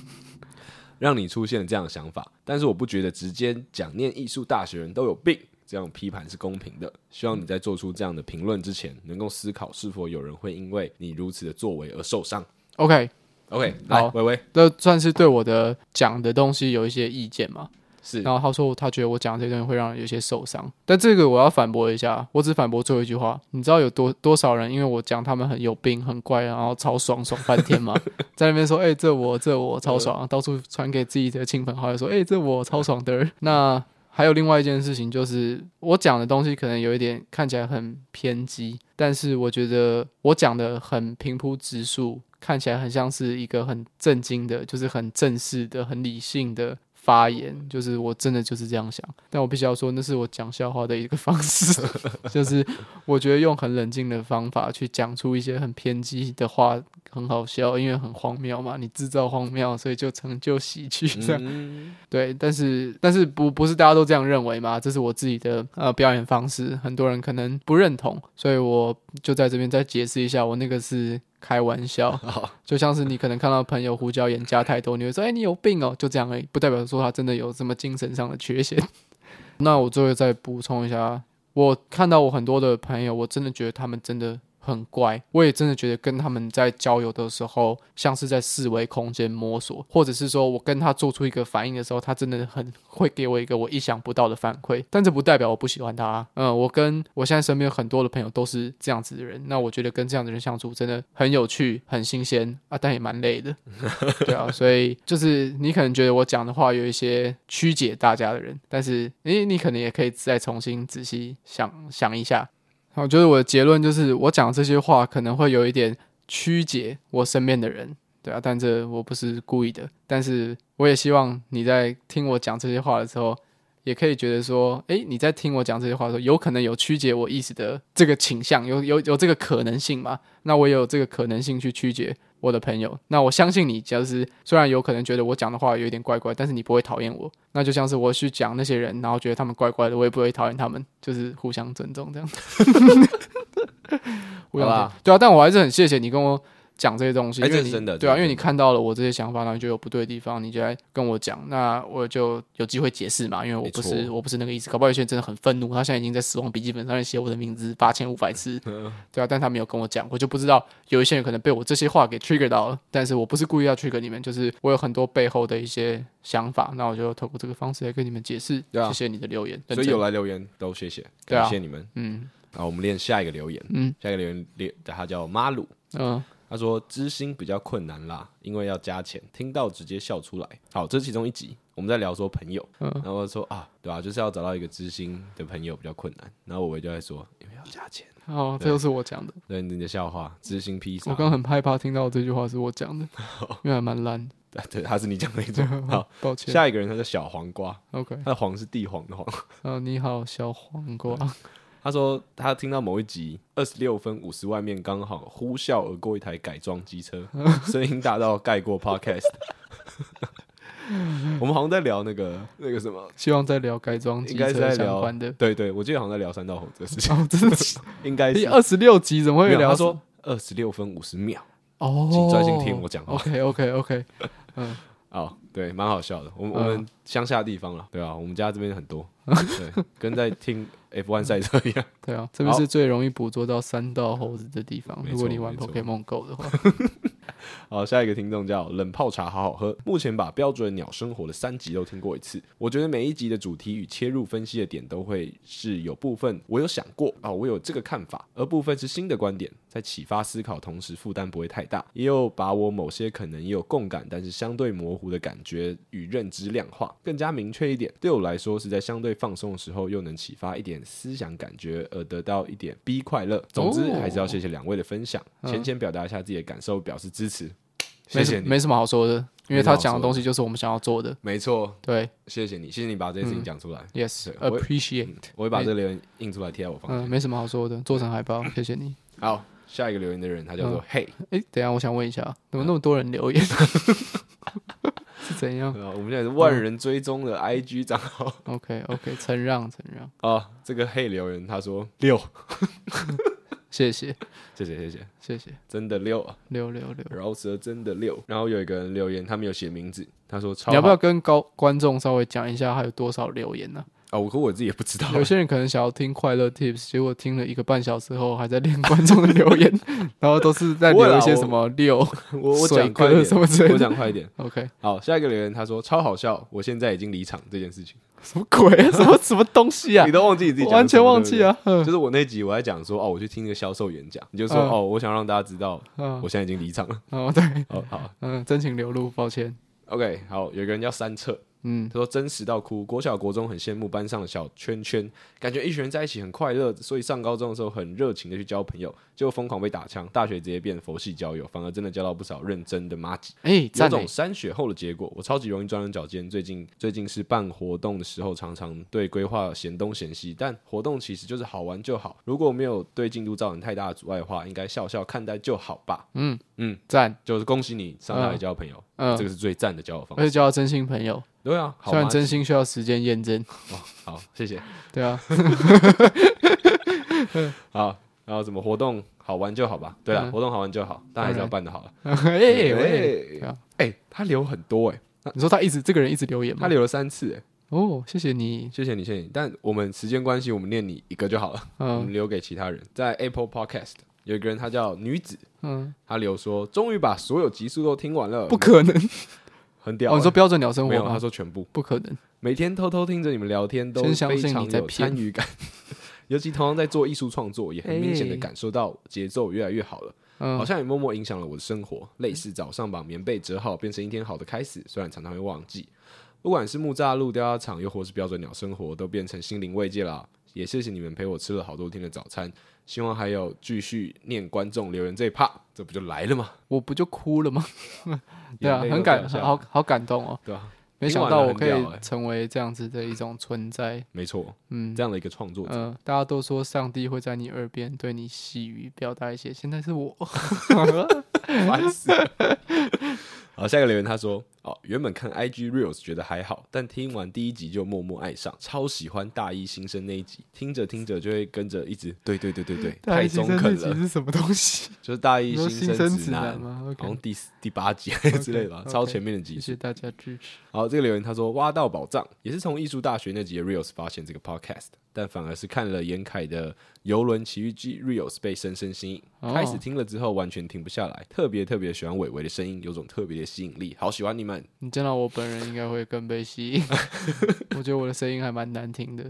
Speaker 2: 让你出现了这样的想法，但是我不觉得直接讲念艺术大学人都有病，这样批判是公平的。希望你在做出这样的评论之前，能够思考是否有人会因为你如此的作为而受伤。
Speaker 1: OK，
Speaker 2: OK，
Speaker 1: 好
Speaker 2: 来，微微
Speaker 1: 这算是对我的讲的东西有一些意见嘛。
Speaker 2: 是
Speaker 1: 然后他说他觉得我讲的这些东西会让人有些受伤，但这个我要反驳一下，我只反驳最后一句话。你知道有多多少人因为我讲他们很有病、很怪，然后超爽爽半天吗？ <laughs> 在那边说，哎、这我这我超爽，到处传给自己的亲朋好友说，哎、这我超爽的。 <laughs> 那还有另外一件事情，就是我讲的东西可能有一点看起来很偏激，但是我觉得我讲的很平铺直述，看起来很像是一个很震惊的，就是很正式的、很理性的发言，就是我真的就是这样想。但我必须要说，那是我讲笑话的一个方式，就是我觉得用很冷静的方法去讲出一些很偏激的话，很好笑，因为很荒谬嘛，你制造荒谬，所以就成就喜剧这样。
Speaker 2: 嗯，
Speaker 1: 对，但是但是不不是大家都这样认为嘛？这是我自己的呃表演方式，很多人可能不认同，所以我就在这边再解释一下，我那个是开玩笑，就像是你可能看到朋友胡椒盐加太多，你会说哎、你有病哦，就这样而已，不代表说他真的有什么精神上的缺陷。 <laughs> 那我最后再补充一下，我看到我很多的朋友，我真的觉得他们真的很怪，我也真的觉得跟他们在交友的时候，像是在四维空间摸索，或者是说我跟他做出一个反应的时候，他真的很会给我一个我意想不到的反馈， <laughs> 但这不代表我不喜欢他啊、嗯，我跟我现在身边有很多的朋友都是这样子的人，那我觉得跟这样的人相处真的很有趣、很新鲜啊，但也蛮累的。对啊，所以就是你可能觉得我讲的话有一些曲解大家的人，但是你你可能也可以再重新仔细想想一下。好，就是我的结论就是，我讲这些话可能会有一点曲解我身边的人，对啊，但这我不是故意的。但是我也希望你在听我讲这些话的时候，也可以觉得说，诶，你在听我讲这些话的时候，有可能有曲解我意思的这个倾向，有有有这个可能性嘛？那我也有这个可能性去曲解我的朋友。那我相信你，就是虽然有可能觉得我讲的话有一点怪怪，但是你不会讨厌我。那就像是我去讲那些人，然后觉得他们怪怪的，我也不会讨厌他们，就是互相尊重这样。 <laughs> 我
Speaker 2: 好
Speaker 1: 想
Speaker 2: 啦，
Speaker 1: 对啊，但我还是很谢谢你跟我讲这些东西，
Speaker 2: 哎
Speaker 1: 因为
Speaker 2: 这是
Speaker 1: 你
Speaker 2: 真的
Speaker 1: 对啊，
Speaker 2: 这是
Speaker 1: 因为你
Speaker 2: 真的
Speaker 1: 看到了我这些想法，然后你觉得有不对的地方，你就来跟我讲，那我就有机会解释嘛，因为我
Speaker 2: 没
Speaker 1: 不
Speaker 2: 错
Speaker 1: 是我不是那个意思，搞不好有些人真的很愤怒，他现在已经在死亡笔记本上面写我的名字八千五百
Speaker 2: <laughs>
Speaker 1: 次，对啊，但他没有跟我讲，我就不知道有一些人可能被我这些话给 trigger 到了，但是我不是故意要 trigger 你们，就是我有很多背后的一些想法，那我就透过这个方式来跟你们解释，
Speaker 2: 对啊
Speaker 1: 谢谢你的留言，
Speaker 2: 所以有
Speaker 1: 了，
Speaker 2: 来留言都谢谢，
Speaker 1: 对啊
Speaker 2: 感谢你们。
Speaker 1: 嗯
Speaker 2: 好，我们练下一个留言，
Speaker 1: 嗯
Speaker 2: 下一个留言练他叫马鲁，
Speaker 1: 嗯、
Speaker 2: 他说知心比较困难啦，因为要加钱，听到直接笑出来。好，这是其中一集，我们在聊说朋友，
Speaker 1: 嗯
Speaker 2: 然后说啊，对啊，就是要找到一个知心的朋友比较困难。然后我就在说，因为要加钱，
Speaker 1: 哦，这就是我讲的，
Speaker 2: 对你的笑话，知心披萨，
Speaker 1: 我刚刚很害怕听到这句话是我讲的，因为还蛮烂的，
Speaker 2: <laughs> 对对，他是你讲那种。
Speaker 1: <laughs>
Speaker 2: 好，
Speaker 1: 抱歉
Speaker 2: 下一个人他叫小黄瓜，
Speaker 1: ，OK。
Speaker 2: 他的黄是地黄的黄。
Speaker 1: 啊，你好，小黄瓜。 <laughs>
Speaker 2: 他说他听到某一集二十六分五十外面刚好呼
Speaker 1: <laughs>
Speaker 2: 啸而过一台改装机车，声音大到盖过 Podcast。 <laughs> 我们好像在聊那个那个什么，
Speaker 1: 希望在聊改装机
Speaker 2: 应该是
Speaker 1: 车
Speaker 2: 在
Speaker 1: 相
Speaker 2: 聊
Speaker 1: 关
Speaker 2: <laughs>
Speaker 1: 的。
Speaker 2: 对对，我记得好像在聊三道猴子的事情，
Speaker 1: 哦，真的，
Speaker 2: <laughs>
Speaker 1: <laughs>
Speaker 2: 应该
Speaker 1: 第
Speaker 2: 是
Speaker 1: 二十六集怎么
Speaker 2: 没
Speaker 1: 会
Speaker 2: 有
Speaker 1: 聊？
Speaker 2: 他说二十六分五十秒
Speaker 1: 哦，
Speaker 2: 请专心听我讲话
Speaker 1: OK OK OK，嗯，
Speaker 2: 哦，对，蛮好笑的。我
Speaker 1: 嗯
Speaker 2: 们、我们乡下地方了，对啊，我们家这边很多，
Speaker 1: <laughs>
Speaker 2: 对，跟在听 F1 赛车一样。
Speaker 1: 对啊，这边是最容易捕捉到三道猴子的地方。
Speaker 2: 没错
Speaker 1: 如果你玩
Speaker 2: 没错
Speaker 1: Pokemon Go 的话，
Speaker 2: 好，下一个听众叫冷泡茶，好好喝。目前把标准鸟生活的三集都听过一次，我觉得每一集的主题与切入分析的点都会是有部分我有想过啊、我有这个看法，而部分是新的观点，在启发思考同时负担不会太大，也有把我某些可能也有共感，但是相对模糊的感觉与认知量化，更加明确一点。对我来说是在相对放松的时候，又能启发一点思想感觉，而得到一点 B 快乐。总之，
Speaker 1: 哦
Speaker 2: 还是要谢谢两位的分享，浅浅表达一下自己的感受，表示支持。谢
Speaker 1: 没什
Speaker 2: <laughs> 谢
Speaker 1: 么
Speaker 2: 你，
Speaker 1: 没什么好说的，因为他讲
Speaker 2: 没什么好说
Speaker 1: 的
Speaker 2: 的
Speaker 1: 东西就是我们想要做的。
Speaker 2: 没错，
Speaker 1: 对
Speaker 2: 谢谢你，谢谢你把这件
Speaker 1: 嗯
Speaker 2: 事情讲出来，对我嗯
Speaker 1: ，Yes，appreciate，
Speaker 2: 我会把这个留言印出来贴在我房
Speaker 1: 嗯，
Speaker 2: 间。
Speaker 1: 没什么好说的，做成海
Speaker 2: <laughs>
Speaker 1: 报，谢谢你。
Speaker 2: 好，下一个留言的人他叫做嘿，
Speaker 1: 哎，等一下，我想问一下，怎
Speaker 2: 嗯
Speaker 1: 么那么多人
Speaker 2: <laughs>
Speaker 1: 留言？是怎样
Speaker 2: 呃我们现在是万人追踪的 IG 账号
Speaker 1: ？OK OK，承让承让，
Speaker 2: 啊。这个嘿留言他说六，
Speaker 1: 谢谢
Speaker 2: 谢谢谢谢，
Speaker 1: 谢谢，
Speaker 2: 真的六啊，
Speaker 1: 六六六。
Speaker 2: 饶舌真的六。然后有一个人留言，他没有写名字，他说超
Speaker 1: 你要不
Speaker 2: 好
Speaker 1: 要跟高观众稍微讲一下，还有多少留言呢、
Speaker 2: 啊？我可我自己也不知道，啊
Speaker 1: 有些人可能想要听快乐 tips，结果听了一个半小时后，还在练观众的留
Speaker 2: <laughs>
Speaker 1: 言，然后都是在
Speaker 2: 不会
Speaker 1: 留
Speaker 2: 啦
Speaker 1: 一些
Speaker 2: 我
Speaker 1: 什么六
Speaker 2: 我我
Speaker 1: 水
Speaker 2: 讲快
Speaker 1: 哥
Speaker 2: 一点
Speaker 1: 什么之类的
Speaker 2: 啊我讲快一点。
Speaker 1: ，OK，
Speaker 2: 好，下一个留言他说超好笑，我现在已经离场这件事情，
Speaker 1: 什么鬼、
Speaker 2: <laughs>
Speaker 1: 啊，什么什么东西啊
Speaker 2: 你？都忘记你自己
Speaker 1: 我
Speaker 2: 讲
Speaker 1: 完
Speaker 2: 什
Speaker 1: 全
Speaker 2: 么
Speaker 1: 忘记。啊！
Speaker 2: 对不对
Speaker 1: 嗯
Speaker 2: 就是我那集我在讲说哦，我去听那个销售演讲，你就说
Speaker 1: 嗯
Speaker 2: 哦，我想让大家知道
Speaker 1: 嗯
Speaker 2: 我现在已经离场了。
Speaker 1: 哦，对，
Speaker 2: 哦，好
Speaker 1: 嗯，真情流露，抱歉，
Speaker 2: ，OK，好，有个人叫三彻，
Speaker 1: 嗯
Speaker 2: 他说真实到哭，国小国中很羡慕班上的小圈圈，感觉一群人在一起很快乐，所以上高中的时候很热情的去交朋友，结果疯狂被打枪，大学直接变佛系交友，反而真的交到不少认真的妈吉。
Speaker 1: 哎，
Speaker 2: 有
Speaker 1: 赞
Speaker 2: 种
Speaker 1: 美，
Speaker 2: 删雪后的结果，我超级容易钻牛角尖。最近最近是办活动的时候，常常对规划嫌东嫌西，但活动其实就是好玩就好。如果没有对进度造成太大的阻碍的话，应该笑笑看待就好吧。
Speaker 1: 赞，
Speaker 2: 就是恭喜你上大学交朋友，
Speaker 1: 嗯
Speaker 2: 这，个是最赞的交友方
Speaker 1: 而
Speaker 2: 式。
Speaker 1: 且交到真心朋友，
Speaker 2: 对啊，好
Speaker 1: 虽然
Speaker 2: 吗
Speaker 1: 真心需要时间验证，
Speaker 2: 哦好， <laughs> 谢谢。
Speaker 1: 对啊， <laughs>
Speaker 2: 好，然后什么活动好玩就好吧。对了，
Speaker 1: 嗯
Speaker 2: 活动好玩就好，但还是要办的好了。
Speaker 1: 哎喂，
Speaker 2: 哎
Speaker 1: 对啊
Speaker 2: 哎，他留很多哎，
Speaker 1: 你说他一直这个人一直留言
Speaker 2: 他
Speaker 1: 吗？
Speaker 2: 留了三次哎，
Speaker 1: 哦，谢谢你，
Speaker 2: 谢谢你，谢谢你。但我们时间关系，我们念你一个就好了。我
Speaker 1: 嗯
Speaker 2: 们留给其他人。在 Apple Podcast 有一个人，他叫女子，
Speaker 1: 嗯。
Speaker 2: 他留说终于把所有集数都听完了，
Speaker 1: 不可能。
Speaker 2: 很屌欸、
Speaker 1: 哦，你说标准鸟生
Speaker 2: 没
Speaker 1: 活
Speaker 2: 有？他
Speaker 1: 吗？
Speaker 2: 说全部，
Speaker 1: 不可能。
Speaker 2: 每天偷偷听着你们聊天，都
Speaker 1: 真相
Speaker 2: 非
Speaker 1: 信
Speaker 2: 常
Speaker 1: 你在
Speaker 2: 有
Speaker 1: 骗
Speaker 2: 参与感。尤其同样在做艺术创作，也很明显的
Speaker 1: 哎
Speaker 2: 感受到节奏越来越好了，好
Speaker 1: 嗯，
Speaker 2: 像也默默影响了我的生活。类似早上把棉被折好，变成一天好的开始，虽然常常会忘记。不管是木栅路雕花厂，又或是标准鸟生活，都变成心灵慰藉啦。也谢谢你们陪我吃了好多天的早餐，希望还有继续念观众留言这一趴，这不就来了吗？
Speaker 1: 我不就哭了吗？对啊，
Speaker 2: 眼泪都
Speaker 1: 很感，
Speaker 2: 掉下来
Speaker 1: 好好感动哦。
Speaker 2: 对啊，
Speaker 1: 没想到我可
Speaker 2: 听完了很屌
Speaker 1: 以
Speaker 2: 欸
Speaker 1: 成为这样子的一种存在。
Speaker 2: 没错，
Speaker 1: 嗯
Speaker 2: 这样的一个创作者，
Speaker 1: 嗯，大家都说上帝会在你耳边对你细语，表达一些。现在是
Speaker 2: <laughs>
Speaker 1: 我，
Speaker 2: 烦 <laughs> 死了。好，下一个留言他说：“哦，原本看 IG Reels 觉得还好，但听完第一集就默默爱上，超喜欢大一新生那一集，听着听着就会跟着一直对对对对对，
Speaker 1: 大
Speaker 2: 太
Speaker 1: 一新
Speaker 2: 中
Speaker 1: 生那
Speaker 2: 肯
Speaker 1: 集
Speaker 2: 了，
Speaker 1: 是什么东
Speaker 2: <laughs>
Speaker 1: 西？
Speaker 2: 就是大
Speaker 1: 你
Speaker 2: 一
Speaker 1: 说新
Speaker 2: 生
Speaker 1: 生指
Speaker 2: 南
Speaker 1: 南。”吗
Speaker 2: 好像
Speaker 1: ？OK，
Speaker 2: 第四第八集还是之类的吧
Speaker 1: OK，
Speaker 2: 超前面的集
Speaker 1: 谢
Speaker 2: 数
Speaker 1: 谢。大家支持。
Speaker 2: 好，这个留言他说挖到宝藏，也是从艺术大学那集的 Reels 发现这个 podcast，但反而是看了严凯的《游轮奇遇记》Reels 被深深吸引，
Speaker 1: 哦
Speaker 2: 开始听了之后完全停不下来，特别特别喜欢伟伟的声音，有种特别的吸引力，好喜欢你们。
Speaker 1: 你见到我本人应该会更被吸
Speaker 2: <laughs>
Speaker 1: 引。我觉得我的声音还蛮难听的，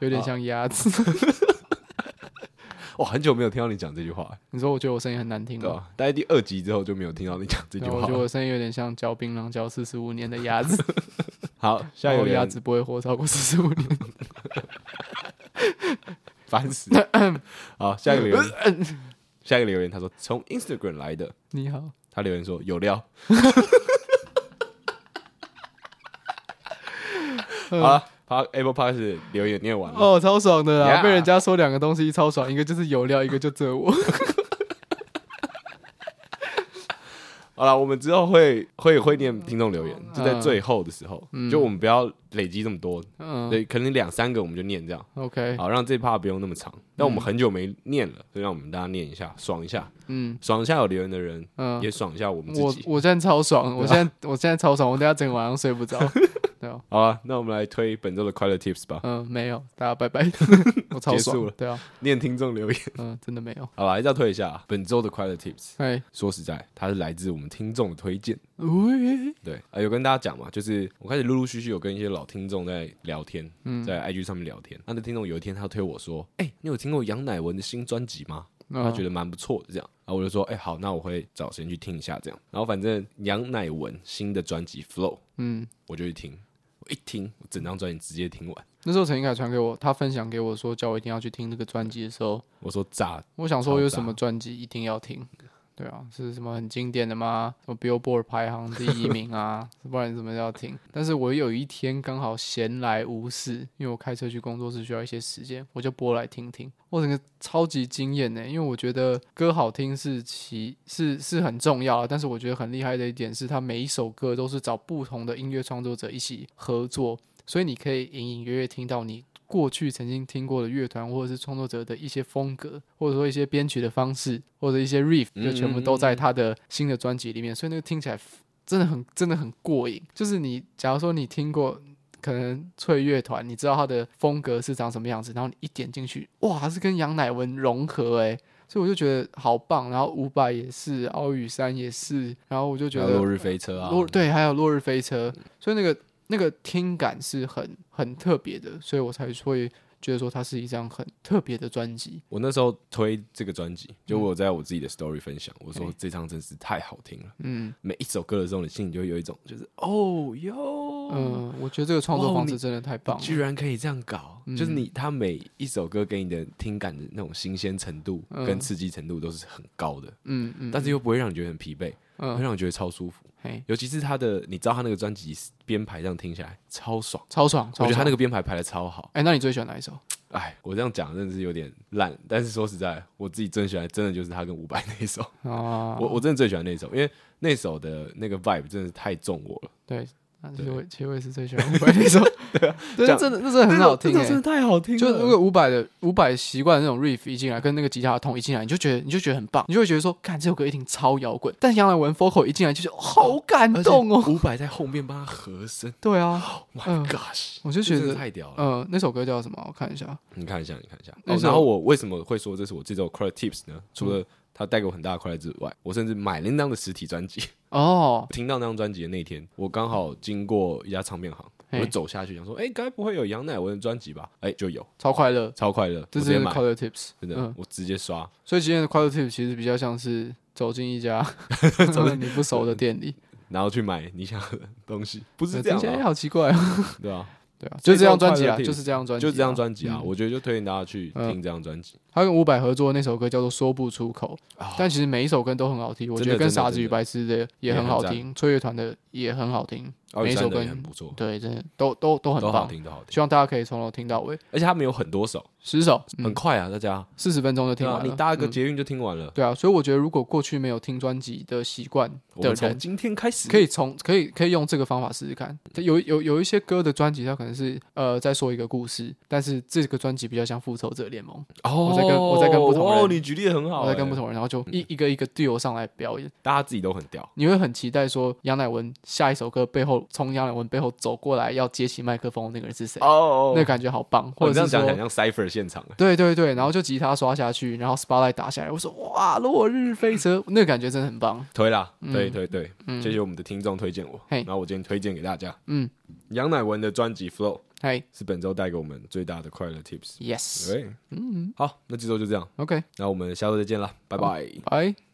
Speaker 1: 有点像鸭子。
Speaker 2: 哇，很久没有听到你讲这句话，
Speaker 1: 你说我觉得我声音很难听
Speaker 2: 对
Speaker 1: 吗？
Speaker 2: 吧、大概第二集之后就没有听到你讲这
Speaker 1: 嗯
Speaker 2: 句
Speaker 1: 然后我
Speaker 2: 话
Speaker 1: 觉得。我声音有点像嚼槟榔嚼四十五年的鸭 <laughs> 子，
Speaker 2: 好，下
Speaker 1: 然
Speaker 2: 一
Speaker 1: 后
Speaker 2: 个留
Speaker 1: 鸭
Speaker 2: 言
Speaker 1: 子不会活超过四十五年。<laughs>
Speaker 2: 烦死了。好，下一个留言，下一个留言他说从 Instagram 来的，
Speaker 1: 你好，
Speaker 2: 他留言说有
Speaker 1: <laughs>
Speaker 2: 料。好了，把 Apple p o d c a s t 留言念完了。
Speaker 1: 哦，超爽的啦
Speaker 2: Yeah
Speaker 1: <laughs> 被人家说两个东西超爽，一个就是有料，一个就这我。
Speaker 2: 好了，我们之后会会会念听众留言，就在最后的时候，就我们不要累积这么多，
Speaker 1: <laughs> 嗯
Speaker 2: 对，可能两三个我们就念这样，
Speaker 1: ，OK，
Speaker 2: 好让这趴不用那么长。但我们很久没念了，所以让我们大家念一下，爽一下，
Speaker 1: 嗯
Speaker 2: 爽一下有留言的人，
Speaker 1: 嗯，
Speaker 2: 也爽一下我们自
Speaker 1: 我
Speaker 2: 己。
Speaker 1: 我现在超爽，我现在我现在超爽，我等下整个晚上睡不 <laughs> 着。对啊，
Speaker 2: 好啊，那我们来推本周的快乐 Tips 吧，
Speaker 1: 嗯，没有，大家拜拜，我超
Speaker 2: 结束
Speaker 1: 爽
Speaker 2: 了，
Speaker 1: 对啊，
Speaker 2: 念听众留言。
Speaker 1: 嗯，真的没有，
Speaker 2: 好吧，还是要推一下本周的快乐 Tips。
Speaker 1: 哎，
Speaker 2: 说实在，它是来自我们听众的推荐。
Speaker 1: 喂，
Speaker 2: 对，呃，有跟大家讲嘛，就是我开始陆陆续续有跟一些老听众在聊天，
Speaker 1: 嗯
Speaker 2: 在 IG 上面聊天。那的听众有一天他推我说：“哎、你有听过杨乃文的新专辑吗？”他
Speaker 1: 嗯
Speaker 2: 觉得蛮不错的，这样。然后我就说：“哎、好，那我会找时间去听一下这样。”然后反正杨乃文新的专辑《Flow》，
Speaker 1: 嗯，
Speaker 2: 我就去听。我一听，我整张专辑直接听完。
Speaker 1: 那时候陈英凯传给我，他分享给我说叫我一定要去听这个专辑的时候，
Speaker 2: 我说炸，
Speaker 1: 我想说
Speaker 2: 超
Speaker 1: 有
Speaker 2: 炸
Speaker 1: 什么专辑一定要听？对啊，是什么很经典的吗？什么 Billboard 排行第一名
Speaker 2: <laughs>
Speaker 1: 啊，不然怎么要听？但是我有一天刚好闲来无事，因为我开车去工作室需要一些时间，我就播来听听。我整个超级惊艳呢，因为我觉得歌好听是其是是很重要啊，但是我觉得很厉害的一点是，它每一首歌都是找不同的音乐创作者一起合作，所以你可以隐隐约约听到你过去曾经听过的乐团或者是创作者的一些风格，或者说一些编曲的方式，或者一些 riff，
Speaker 2: 嗯
Speaker 1: 就全部都在他的新的专辑里面，所以那个听起来真的很真的很过瘾。就是你假如说你听过。可能翠乐团，你知道它的风格是长什么样子，然后你一点进去，哇，它是跟杨乃文融合诶、所以我就觉得好棒。然后伍佰也是，奥羽山也是，然后我就觉
Speaker 2: 然后
Speaker 1: 得
Speaker 2: 落日飞车啊，
Speaker 1: 落对，还有落日飞车，所以那个那个听感是很很特别的，所以我才会觉得说它是一张很特别的专辑。
Speaker 2: 我那时候推这个专
Speaker 1: 嗯
Speaker 2: 辑，就我有在我自己的 story 分享，我说这张真是太好听了。
Speaker 1: 哎嗯
Speaker 2: 每一首歌的时候，你心里就会有一种就是哦哟，
Speaker 1: 嗯，我觉得这个创作
Speaker 2: 哇哦
Speaker 1: 方式
Speaker 2: 你
Speaker 1: 真的太棒
Speaker 2: 居
Speaker 1: 了。
Speaker 2: 然可以这样搞，
Speaker 1: 嗯
Speaker 2: 就是你他每一首歌给你的听感的那种新鲜程度
Speaker 1: 嗯
Speaker 2: 跟刺激程度都是很高的，
Speaker 1: 嗯嗯，
Speaker 2: 但是又不会让你觉得很疲惫，会
Speaker 1: 嗯，
Speaker 2: 让你觉得超舒服。
Speaker 1: 嘿，
Speaker 2: 尤其是他的，你知道他那个专辑编排这样听起来超爽，
Speaker 1: 超爽，超
Speaker 2: 我觉得他
Speaker 1: 爽
Speaker 2: 那。个编排排的超好。
Speaker 1: 哎，那你最喜欢哪一首？
Speaker 2: 哎，我这样讲真的是有点烂，但是说实在，我自己最喜欢真的就是他跟伍佰那一首。
Speaker 1: 啊，
Speaker 2: 我我真的最喜欢那首，因为 <laughs> 那首的那个 vibe 真的是太中我了， <laughs>
Speaker 1: 对，那其实
Speaker 2: 对
Speaker 1: 我其实我也是最喜
Speaker 2: <laughs>
Speaker 1: 欢伍佰那首。对
Speaker 2: 这
Speaker 1: 啊，
Speaker 2: 样
Speaker 1: 真的那真的很好听
Speaker 2: 那首
Speaker 1: 哎
Speaker 2: 真。的太好听了。
Speaker 1: 就那个伍佰的伍佰习惯的那种 riff 一进来，跟那个吉他的痛一进来，你就觉得你就觉得很棒，你就会觉得说，看这首歌一定超摇滚。但杨乃文 vocal 一进来就觉得哦好感
Speaker 2: 而且
Speaker 1: 动哦。 <laughs>
Speaker 2: 伍佰在后面帮他和声 <laughs>
Speaker 1: 对啊，
Speaker 2: ，Oh
Speaker 1: 嗯
Speaker 2: my gosh，
Speaker 1: 我就
Speaker 2: 这
Speaker 1: 觉
Speaker 2: 真
Speaker 1: 得，
Speaker 2: 的太屌了。
Speaker 1: 呃，那首歌叫什么？我看一下。啊
Speaker 2: 你看一下，你看一下。
Speaker 1: 那嗯
Speaker 2: 哦
Speaker 1: 时候
Speaker 2: 然后我为什么会说这是我这周的快乐 tips 呢？除了它带给我很大的快乐之外，我甚至买了那张的实体专
Speaker 1: <laughs>
Speaker 2: 辑。
Speaker 1: 哦，
Speaker 2: 听到那张专辑的那天，我刚好经过一家唱片行，
Speaker 1: 嘿
Speaker 2: 我就走下去想说，哎，该不会有杨乃文的专辑吧？哎，就有，
Speaker 1: 超快乐，
Speaker 2: 超快乐，我
Speaker 1: 这
Speaker 2: 直
Speaker 1: 是
Speaker 2: 接买
Speaker 1: 快，乐 tips。
Speaker 2: 真的
Speaker 1: 嗯，，
Speaker 2: 我直接刷。
Speaker 1: 所以今天的快乐 tips 其实比较像是走进一
Speaker 2: <laughs>
Speaker 1: 家 <laughs> 你不熟的店里，
Speaker 2: 然后去买你想要的东西，不是
Speaker 1: 呃
Speaker 2: 这样
Speaker 1: 听起来
Speaker 2: 啊，
Speaker 1: 好奇怪啊。
Speaker 2: 对啊，
Speaker 1: 对啊，<laughs> 就
Speaker 2: 所以
Speaker 1: 这张专辑
Speaker 2: 这张
Speaker 1: 啊，
Speaker 2: 快乐 tips，
Speaker 1: 就是这张专辑，
Speaker 2: 就这张。专辑啊，
Speaker 1: 嗯
Speaker 2: 我觉得就推荐大家去
Speaker 1: 嗯
Speaker 2: 听这张专辑。
Speaker 1: 他跟伍佰合作的那首歌叫做《说不出口》，
Speaker 2: 啊
Speaker 1: 嗯但其实每一首歌都很好听。我
Speaker 2: 真
Speaker 1: 觉
Speaker 2: 的
Speaker 1: 得跟
Speaker 2: 真的
Speaker 1: 傻子
Speaker 2: 真
Speaker 1: 与
Speaker 2: 的
Speaker 1: 白痴的也
Speaker 2: 也
Speaker 1: 很
Speaker 2: 很
Speaker 1: 好
Speaker 2: 赞
Speaker 1: 听，吹乐团的也很好听，
Speaker 2: 奥运
Speaker 1: 每一首
Speaker 2: 山的
Speaker 1: 歌
Speaker 2: 也很不错，
Speaker 1: 对，真的都都都很
Speaker 2: 哦都好
Speaker 1: 棒。
Speaker 2: 听，都好听。
Speaker 1: 希望大家可以从头听到尾，
Speaker 2: 而且他们有很多首，
Speaker 1: 十首，
Speaker 2: 很
Speaker 1: 嗯，
Speaker 2: 快啊，大家
Speaker 1: 四十分钟就听
Speaker 2: 对啊
Speaker 1: 完了。
Speaker 2: 你搭个
Speaker 1: 嗯
Speaker 2: 捷运就听完了。
Speaker 1: 对啊，所以我觉得如果过去没有听专辑的习惯
Speaker 2: 我
Speaker 1: 的
Speaker 2: 们从
Speaker 1: 人，
Speaker 2: 今天开始
Speaker 1: 可以从可以可以用这个方法试试看。它有有有一些歌的专辑，它可能是呃在说一个故事，但是这个专辑比较像复仇者联盟，
Speaker 2: 哦，
Speaker 1: 我在跟我在跟不同人
Speaker 2: 哦，你举例得很好，
Speaker 1: 我在跟
Speaker 2: 欸
Speaker 1: 不同人，然后就一一个一个 deal 上来表演，
Speaker 2: 大家自己都很屌，
Speaker 1: 你会很期待说杨乃文下一首歌背后从杨乃文背后走过来要接起麦克风的那个人是谁，
Speaker 2: 哦
Speaker 1: 那感觉好棒，或
Speaker 2: 我这
Speaker 1: 者
Speaker 2: 样
Speaker 1: 是
Speaker 2: 讲起来
Speaker 1: 说。
Speaker 2: 像 Cipher 现场欸，
Speaker 1: 对对对，然后就吉他刷下去，然后 spotlight 打下来，我说哇，落日飞车，那个感觉真的很棒。
Speaker 2: 推啦，
Speaker 1: 嗯
Speaker 2: 对对对，
Speaker 1: 嗯
Speaker 2: 谢谢我们的听众推荐我，
Speaker 1: 嘿
Speaker 2: 然后我今天推荐给大家
Speaker 1: 嗯，
Speaker 2: 杨乃文的专辑《Flow》
Speaker 1: 嗨
Speaker 2: 是本周带给我们最大的快乐 Tips。
Speaker 1: ，yes，
Speaker 2: 哎对，好，那这周就这样，
Speaker 1: OK，
Speaker 2: 嗯那我们下周再见啦，拜拜。
Speaker 1: 拜。